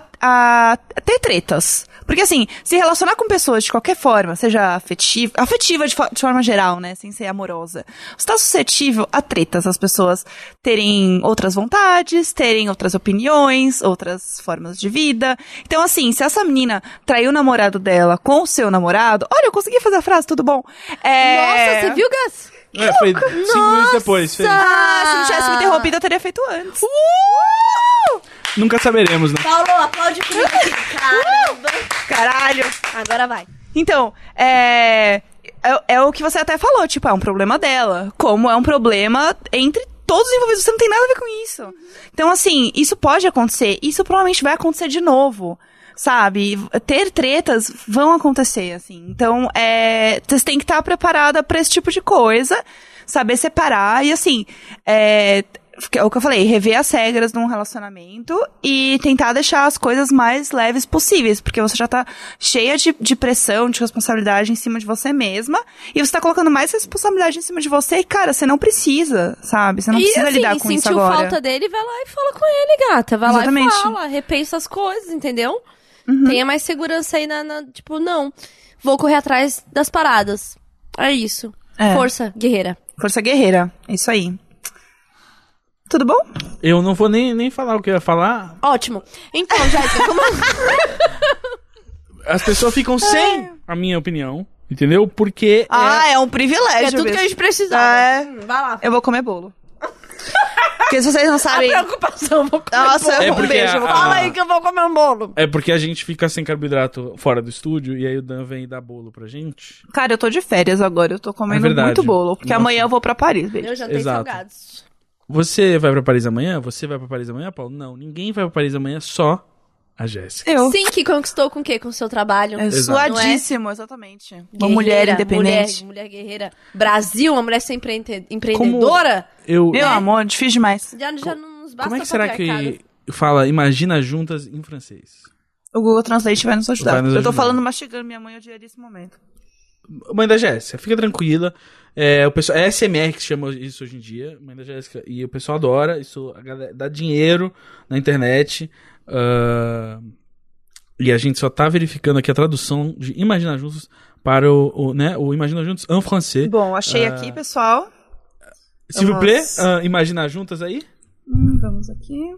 a ter tretas. Porque assim, se relacionar com pessoas de qualquer forma, seja afetiva, afetiva de, fo- de forma geral, né, sem ser amorosa, você tá suscetível a tretas, as pessoas terem outras vontades, terem outras opiniões, outras formas de vida. Então assim, se essa menina traiu o namorado dela com o seu seu namorado. Olha, eu consegui fazer a frase, tudo bom. É...
Nossa, você viu, Gus?
É, foi cinco minutos depois. fez.
Ah, se não tivesse me interrompido, eu teria feito antes.
Nunca saberemos, né?
Paulo, aplaude comigo aqui. Caramba.
Caralho.
Agora vai.
Então, é... é. é o que você até falou, tipo, é um problema dela. Como é um problema entre todos os envolvidos, você não tem nada a ver com isso. Então, assim, isso pode acontecer. Isso provavelmente vai acontecer de novo. Sabe? Ter tretas vão acontecer, assim. Então, é. Você tem que estar preparada pra esse tipo de coisa. Saber separar. E, assim, é. É o que eu falei, rever as regras de um relacionamento e tentar deixar as coisas mais leves possíveis, porque você já tá cheia de, de pressão, de responsabilidade em cima de você mesma, e você tá colocando mais responsabilidade em cima de você, e cara, você não precisa, sabe? Você não
e
precisa
assim,
lidar com
sentiu
isso agora.
falta dele, vai lá e fala com ele, gata. Vai
Exatamente. Uhum.
lá e fala, repensa as coisas, entendeu? Tenha mais segurança aí na, na- Tipo, não, vou correr atrás das paradas. É isso.
É.
Força, guerreira.
Força guerreira, é isso aí. Tudo bom?
Eu não vou nem, nem falar o que eu ia falar.
Ótimo. Então, Jéssica, como...
As pessoas
É.
ficam sem a minha opinião, entendeu? Porque.
Ah, é um privilégio.
é tudo que a gente precisava.
É.
Vai lá.
Eu vou comer bolo. porque se vocês não sabem.
A preocupação, vou comer
Nossa,
bolo.
É
um
porque
beijo.
a-
Fala aí que eu vou comer um bolo.
É porque a gente fica sem carboidrato fora do estúdio e aí o Dan vem dar bolo pra gente.
Cara, eu tô de férias agora, eu tô comendo
É verdade.
muito bolo, porque
Nossa.
amanhã eu vou pra Paris, beijo.
Eu já tenho
Exato.
salgados.
Você vai pra Paris amanhã? Você vai pra Paris amanhã, Paulo? Não, ninguém vai pra Paris amanhã, só a Jéssica.
Eu.
Sim, que conquistou com o quê? Com o seu trabalho.
É
Exato.
suadíssimo, exatamente. Uma
Guerreira,
mulher independente.
Mulher, mulher guerreira. Brasil, uma mulher ser empreende- empreendedora.
Eu.
É.
Meu amor, difícil demais.
Já, já não nos basta
Como é que será
patriarcado.
que fala imagina juntas em francês?
O Google Translate vai nos ajudar.
Vai nos
Eu tô
ajudar.
falando mastigando, minha mãe odiaria esse momento.
Mãe da Jéssica, fica tranquila. É, o pessoal, é SMR que se chama isso hoje em dia, mãe da Jéssica. E o pessoal adora, isso a galera- dá dinheiro na internet. ah, e a gente só tá verificando aqui a tradução de Imagina Juntos para o, o, né, o Imagina Juntos en français.
Bom, achei
Ah.
aqui, pessoal.
S'il vous plaît,
Nossa.
ah, Imagina Juntas aí.
Hum, vamos aqui.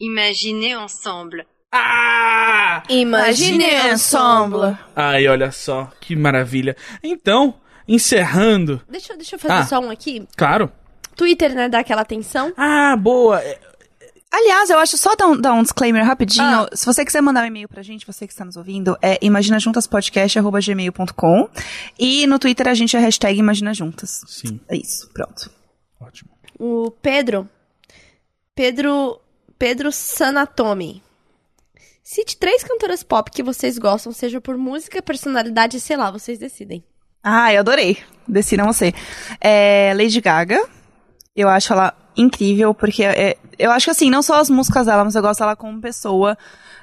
Imaginez ensemble.
Ah!
Imagine ensemble.
Ai, olha só, que maravilha. Então, encerrando,
Deixa, eu- deixa eu fazer
Ah.
só um aqui.
claro.
Twitter, né, dá aquela atenção.
Ah, boa. É,
Aliás, eu acho só dar um, dar um disclaimer
Ah.
rapidinho. Se você quiser mandar um e-mail pra gente, você que está nos ouvindo, é imaginajuntaspodcast.gmail.com e no Twitter a gente é hashtag imaginajuntas.
Sim,
É isso, pronto.
ótimo.
O Pedro. Pedro. Pedro Sanatomi. Cite três cantoras pop que vocês gostam, seja por música, personalidade, sei lá, vocês decidem.
Ah, eu adorei. Decidam você. É, Lady Gaga. Eu acho ela incrível, porque é- eu acho que assim, não só as músicas dela, mas eu gosto dela como pessoa.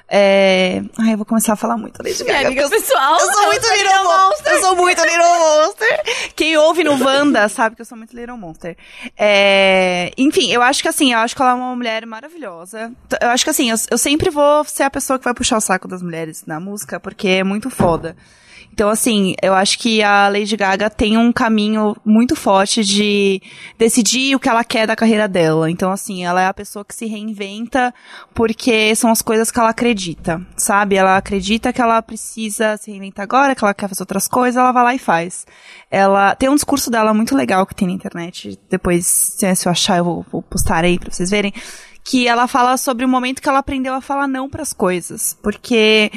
É... Ai, eu vou começar a falar muito da Lady Gaga. porque eu-
pessoal.
Eu sou muito Little é Monster. Eu sou muito Little Monster. Quem ouve no Wanda sabe que eu sou muito Little Monster. É, Enfim, eu acho que assim, eu acho que ela é uma mulher maravilhosa. T- Eu acho que assim, eu, eu sempre vou ser a pessoa que vai puxar o saco das mulheres na música, porque é muito foda. Então, assim, eu acho que a Lady Gaga tem um caminho muito forte de decidir o que ela quer da carreira dela. Então, assim, ela é a pessoa que se reinventa porque são as coisas que ela acredita, sabe? Ela acredita que ela precisa se reinventar agora, que ela quer fazer outras coisas, ela vai lá e faz. Ela tem um discurso dela muito legal que tem na internet. Depois, se se eu achar, eu vou, vou postar aí pra vocês verem. Que ela fala sobre o momento que ela aprendeu a falar não pras coisas. Porque,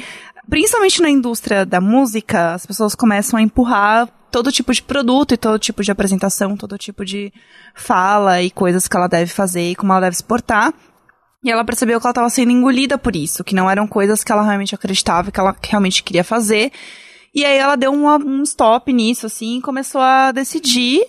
principalmente na indústria da música, as pessoas começam a empurrar todo tipo de produto e todo tipo de apresentação, todo tipo de fala e coisas que ela deve fazer e como ela deve se portar. E ela percebeu que ela estava sendo engolida por isso, que não eram coisas que ela realmente acreditava, que ela realmente queria fazer. E aí ela deu uma- um stop nisso, assim, e começou a decidir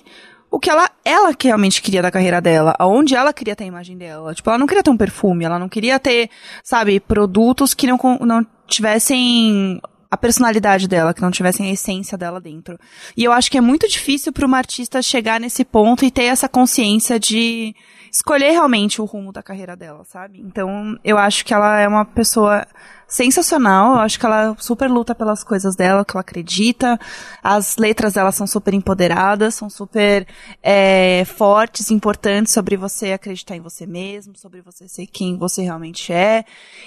o que ela, ela que realmente queria da carreira dela, aonde ela queria ter a imagem dela. Tipo, ela não queria ter um perfume, ela não queria ter, sabe, produtos que não, con- não tivessem a personalidade dela, que não tivessem a essência dela dentro. E eu acho que é muito difícil para uma artista chegar nesse ponto e ter essa consciência de escolher realmente o rumo da carreira dela, sabe? Então, eu acho que ela é uma pessoa sensacional. Eu acho que ela super luta pelas coisas dela, que ela acredita. As letras dela são super empoderadas, são super é, fortes, importantes sobre você acreditar em você mesmo, sobre você ser quem você realmente é.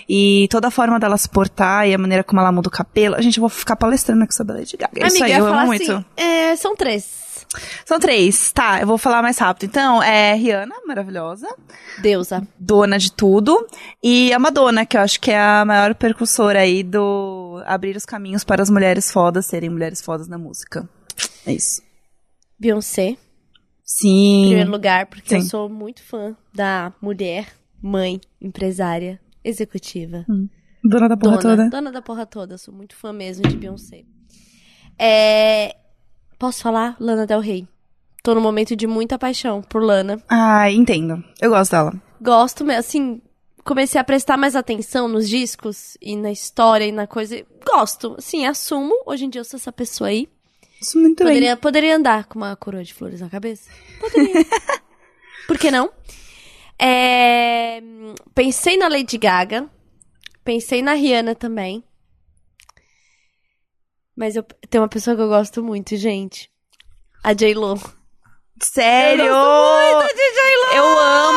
E toda a forma dela se portar e a maneira como ela muda o cabelo. Gente, eu vou ficar palestrando aqui sobre a Lady Gaga. É
Amiga,
Isso aí,
eu ia
eu
falar
amo muito.
assim, é, são três.
São três, tá, eu vou falar mais rápido. Então, é Rihanna, maravilhosa,
Deusa.
dona de tudo, e a Madonna, que eu acho que é a maior percussora aí do abrir os caminhos para as mulheres fodas serem mulheres fodas na música. É isso.
Beyoncé, em
Sim.
primeiro lugar, porque eu
Sim.
sou muito fã da mulher, mãe, empresária, executiva.
Dona da porra
dona,
toda.
dona da porra toda. Eu sou muito fã mesmo de Beyoncé. É, Posso falar? Lana Del Rey. Tô num momento de muita paixão por Lana.
Ah, entendo. Eu gosto dela.
Gosto, me- assim, comecei a prestar mais atenção nos discos e na história e na coisa. Gosto, assim, assumo. Hoje em dia eu sou essa pessoa aí.
Isso é muito bem.
Poderia, poderia andar com uma coroa de flores na cabeça? Poderia. Por que não? É, pensei na Lady Gaga. Pensei na Rihanna também. Mas eu, tem uma pessoa que eu gosto muito, gente. A J-Lo.
Sério? Eu, amo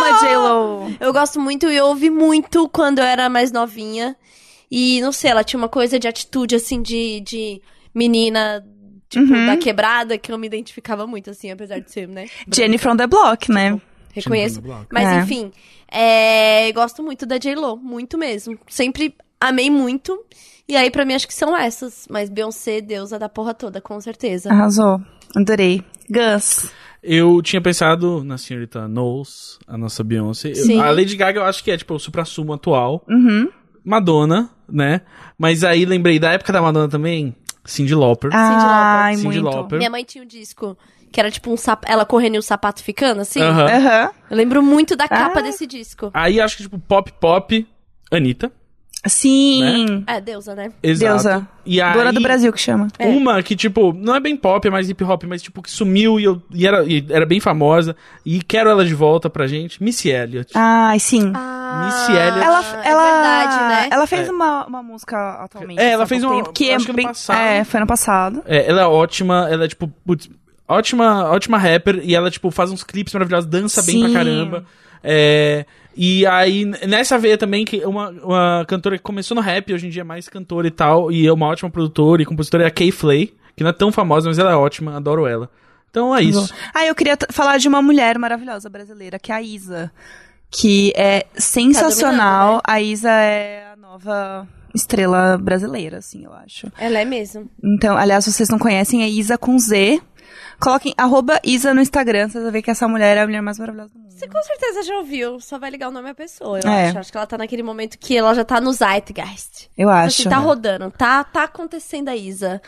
a J-Lo.
Eu gosto muito e eu ouvi muito quando eu era mais novinha. E, não sei, ela tinha uma coisa de atitude, assim, de, de menina, tipo,
Uhum.
da quebrada, que eu me identificava muito, assim, apesar de ser, né?
Jenny from the Block, né?
Reconheço.
Tinha no bloco.
Mas
É.
enfim, é, gosto muito da J-Lo, muito mesmo. Sempre amei muito. E aí, pra mim, acho que são essas. Mas Beyoncé, deusa da porra toda, com certeza.
Arrasou. Adorei. Gus.
Eu tinha pensado na senhorita Knowles, a nossa Beyoncé. Eu-
Sim.
a Lady Gaga eu acho que é tipo o supra-sumo atual.
Uhum.
Madonna, né? Mas aí lembrei da época da Madonna também, Cindy Lauper.
Ah, Ai,
Cyndi
muito.
Lauper.
Minha mãe tinha um disco que era tipo um sap... ela correndo e o sapato ficando, assim.
Aham.
Aham.
Eu lembro muito da capa
Ah.
desse disco.
Aí acho que tipo pop pop, Anitta.
Sim.
É, deusa, né?
Exato.
Deusa.
E aí,
Dona do Brasil que chama.
É.
Uma que, tipo, não é bem pop, é mais hip hop, mas, tipo, que sumiu e, eu, e, era, e era bem famosa. E quero ela de volta pra gente. Missy Elliott.
Ai, sim.
Ah,
Missy Elliott.
ela,
é
ela,
verdade, né?
ela fez
É.
uma, uma música atualmente.
É, ela
há
fez
pouco
uma-
Tempo, que é
acho que ano
bem-
passado.
É, foi ano passado.
É, ela é ótima, ela é, tipo, putz, ótima, ótima rapper. E ela, tipo, faz uns clipes maravilhosos, dança bem pra
Sim.
caramba. É, e aí, n- nessa veia também, que uma, uma cantora que começou no rap, hoje em dia é mais cantora e tal, e é uma ótima produtora e compositora, é a Kay Flay, que não é tão famosa, mas ela é ótima, adoro ela. Então é isso.
Ah, eu queria t- falar de uma mulher maravilhosa brasileira, que é a Isa. Que é sensacional.
Tá né?
A Isa é a nova estrela brasileira, assim, eu acho.
Ela é mesmo.
Então, aliás, se vocês não conhecem, é Isa com Z. Coloquem arroba Isa no Instagram, vocês vão ver que essa mulher é a mulher mais maravilhosa do mundo.
Você com certeza já ouviu, só vai ligar o nome à pessoa, eu
É.
acho. Acho que ela tá naquele momento que ela já tá no Zeitgeist.
Eu acho.
Assim, tá rodando, tá, tá acontecendo a Isa.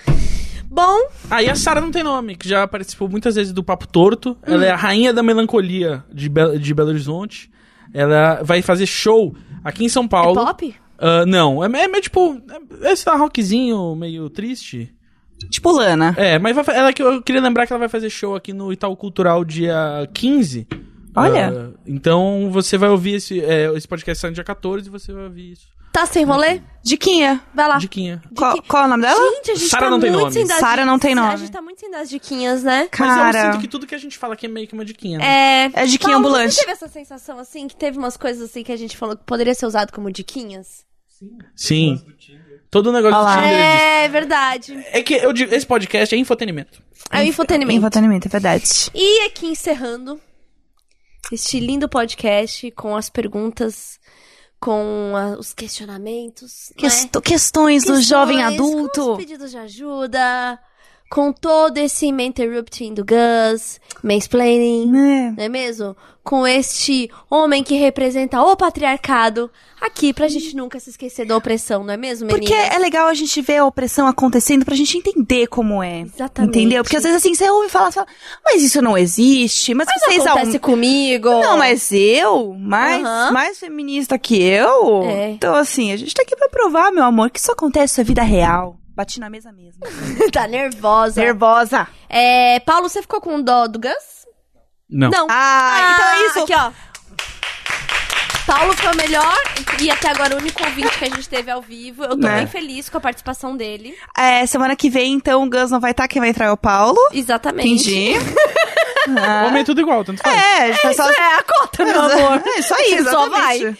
Bom,
Aí a Sara não tem nome, que já participou muitas vezes do Papo Torto. Ela é a rainha da melancolia de, Be- de Belo Horizonte. Ela vai fazer show aqui em São Paulo.
é pop?
Ah, não, é, é meio tipo. É, esse tá rockzinho meio triste.
Tipo Lana.
É, mas vai, fa- ela, que eu queria lembrar que ela vai fazer show aqui no Itaú Cultural dia 15.
Olha.
Ah, então você vai ouvir esse, é, esse podcast saindo dia 14 e você vai ouvir isso.
Tá sem rolê?
Diquinha.
Vai lá.
Diquinha.
Qual, qual é o nome dela?
Gente, a gente
Sara
tá
não tem
muito
nome.
sem das
Sara não tem
A
nome.
gente tá muito sem das diquinhas, né?
Mas eu
Cara.
sinto que tudo que a gente fala aqui é meio que uma diquinha. né?
É.
É diquinha
Paulo,
ambulante.
Você teve essa sensação assim que teve umas coisas assim que a gente falou que poderia ser usado como diquinhas?
Sim. por
Sim.
causa do Tinder.
Todo o negócio
Olha
do
lá.
Tinder disso.
É, verdade.
É que eu digo, esse podcast é infotenimento.
É o infotenimento.
Infotenimento, é verdade.
E aqui encerrando este lindo podcast com as perguntas, com a- os questionamentos. né?
Quest- Questões do
Questões,
jovem
é Com os
adulto.
pedidos de ajuda, com todo esse interrupting do Gus, mansplaining,
Né?
não é mesmo? Com este homem que representa o patriarcado aqui, pra gente nunca se esquecer da opressão, não é mesmo, menina?
Porque é legal a gente ver a opressão acontecendo pra gente entender como é.
Exatamente.
Entendeu? Porque às vezes assim, você ouve falar, você fala, mas isso não existe, mas, vocês...
acontece comigo.
um- Não, mas eu, mais,
Aham.
mais feminista que eu.
É.
Então, assim, a gente tá aqui pra provar, meu amor, que isso acontece na vida real. Bati na mesa mesmo.
tá nervosa.
Nervosa.
É, Paulo, você ficou com dó do Gus?
Não.
Não.
então é Ah, então é isso.
Aqui, Ah, ó. Paulo foi o melhor e até agora o único ouvinte que a gente teve ao vivo. Eu tô
Né?
bem feliz com a participação dele.
É, semana que vem, então, o Gus não vai estar, quem vai entrar é o Paulo.
Exatamente.
Entendi.
O homem é tudo igual, tanto faz.
É, a gente vai só...
Isso é a cota, meu amor.
É isso aí,
Só
exatamente.
vai.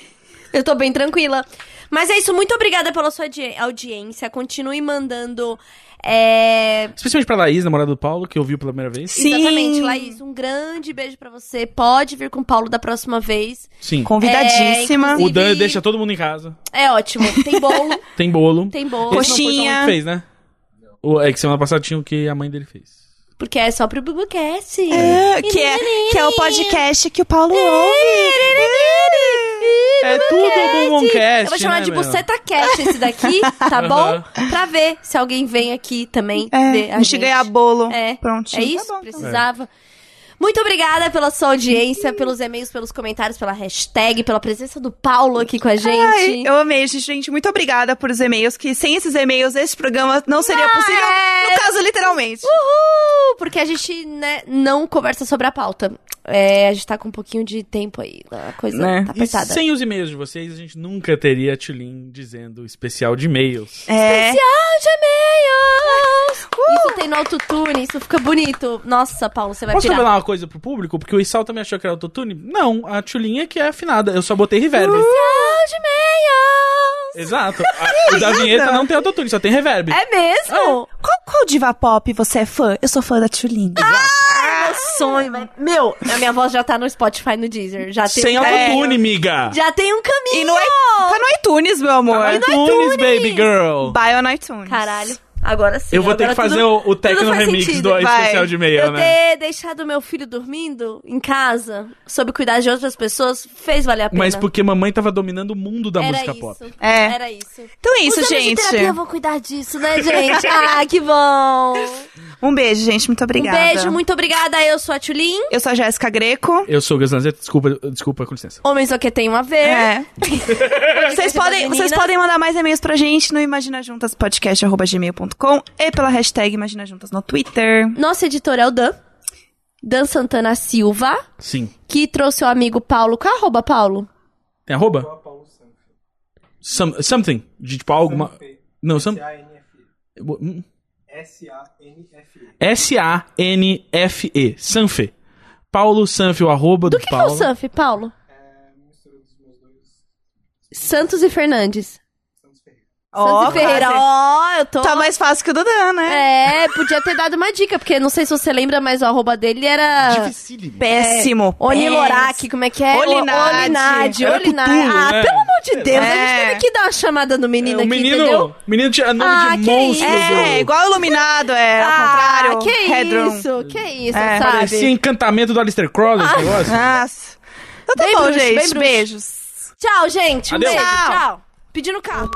Eu tô bem tranquila. Mas é isso, muito obrigada pela sua audi- audiência. Continue mandando. é,
Especialmente pra Laís, namorada do Paulo, que eu vi pela primeira vez.
Sim.
Exatamente, Laís. Um grande beijo pra você. Pode vir com o Paulo da próxima vez.
Sim.
Convidadíssima.
inclusive-
O Dan deixa todo mundo em casa.
É ótimo. Tem bolo,
Tem bolo.
tem bolo.
Esse não foi o que
Coxinha.
ela fez, né? O- É que semana passada tinha o que a mãe dele fez.
Porque é só pro BubuCast.
É, que, é, que é o podcast que o Paulo ouve.
É tudo o Bumbumcast,
Eu vou chamar
né,
de
meu?
Buceta Cast esse daqui, tá bom? Pra ver se alguém vem aqui também. ver
É,
a
a gente ganhar bolo.
É,
Prontinho.
É
Tá
isso?
bom, então.
Precisava. Muito obrigada pela sua audiência, pelos e-mails, pelos comentários, pela hashtag, pela presença do Paulo aqui com a gente.
Ai, eu amei, gente. Gente, muito obrigada por os e-mails, que sem esses e-mails, esse programa não seria possível. No caso, literalmente.
Uhul! Porque a gente, né, não conversa sobre a pauta. É, a gente tá com um pouquinho de tempo aí. A coisa
Né?
tá
E
apertada.
sem os e-mails de vocês, a gente nunca teria a Tilin dizendo especial de e-mails.
É.
Especial de e-mails! é Isso tem no autotune, isso fica bonito. Nossa, Paulo, você vai
Posso
pirar.
revelar uma coisa pro público? Porque o Issal também achou que era autotune? Não, a Tulin é que é afinada. Eu só botei reverb.
Especial de e-mails!
Exato. A, o da vinheta não tem autotune, só tem reverb.
É mesmo?
Qual, qual diva pop você é fã? Eu sou fã da Tchulin. é
Ah, meu sonho, velho. Meu, a minha voz já tá no Spotify, no Deezer. Já tem
Sem
um caminho.
autotune, miga.
Já tem um caminho.
E no, i- tá no iTunes, meu amor.
iTunes, baby girl.
Buy on iTunes.
Caralho, agora sim.
Eu vou ter
agora
que fazer
tudo-
o, o Tecno
faz
Remix
sentido.
do
Vai.
especial de e-mail,
Eu
né?
ter deixado meu filho dormindo em casa, sob cuidar de outras pessoas, fez valer a pena.
Mas porque mamãe tava dominando o mundo da
Era
música
isso.
pop.
É.
Era isso.
Então é isso,
Os amigos de
gente.
terapia vão cuidar disso, né, gente? Ah, que bom.
Um beijo, gente. Muito obrigada.
Um beijo, muito obrigada. Eu sou a Tulin.
Eu sou a Jéssica Greco.
Eu sou o Gaslanzeta, desculpa, desculpa, com licença.
Homens o que tem um a ver.
É. vocês,
Podcast das
podem, vocês
meninas.
podem mandar mais e-mails pra gente no imaginajuntaspodcast.gmail.com e pela hashtag imaginajuntas no Twitter.
Nosso editor é o Dan. Dan Santana Silva,
Sim.
que trouxe o amigo Paulo. Qual é a arroba, Paulo?
Tem arroba?
Igual a Paulo Sanfio.
Some- something. De tipo alguma. Não, some.
S-A-N-F-E.
Hum.
S-A-N-F-E.
S-A-N-F-E. Sanfe. Paulo Sanfe, o arroba do,
O que, que é o
Paulo.
Sanf, Paulo?
É a mistura dos meus dois.
Santos e Fernandes.
Santos Ferreira.
Santos
Ó,
e Ferreira.
quase.
Ó, eu tô...
Tá mais fácil que o Dudan, né?
É, podia ter dado uma dica, porque não sei se você lembra, mas o arroba dele era...
Dificílimo.
Péssimo.
Onilorac, como é que é?
Olinade.
Olinade.
Era
Olinade.
Cthulhu,
Ah,
né? É,
pelo amor de Deus, a gente
É.
teve que dar uma chamada no menino
o
aqui, entendeu?
menino, menino tinha nome
Ah,
de
que
monstro.
isso.
do-
É, igual iluminado, é, ao contrário.
Ah, que
Hedron.
isso, que isso,
É,
sabe?
Parecia encantamento do Alistair Crowley,
Ah,
esse negócio.
Nossa. Então tá
Bem
bom,
bruxo, bem
gente.
bruxo.
Beijos.
Tchau, gente. Um
Adeus.
beijo,
Tchau.
tchau. Pedindo carro.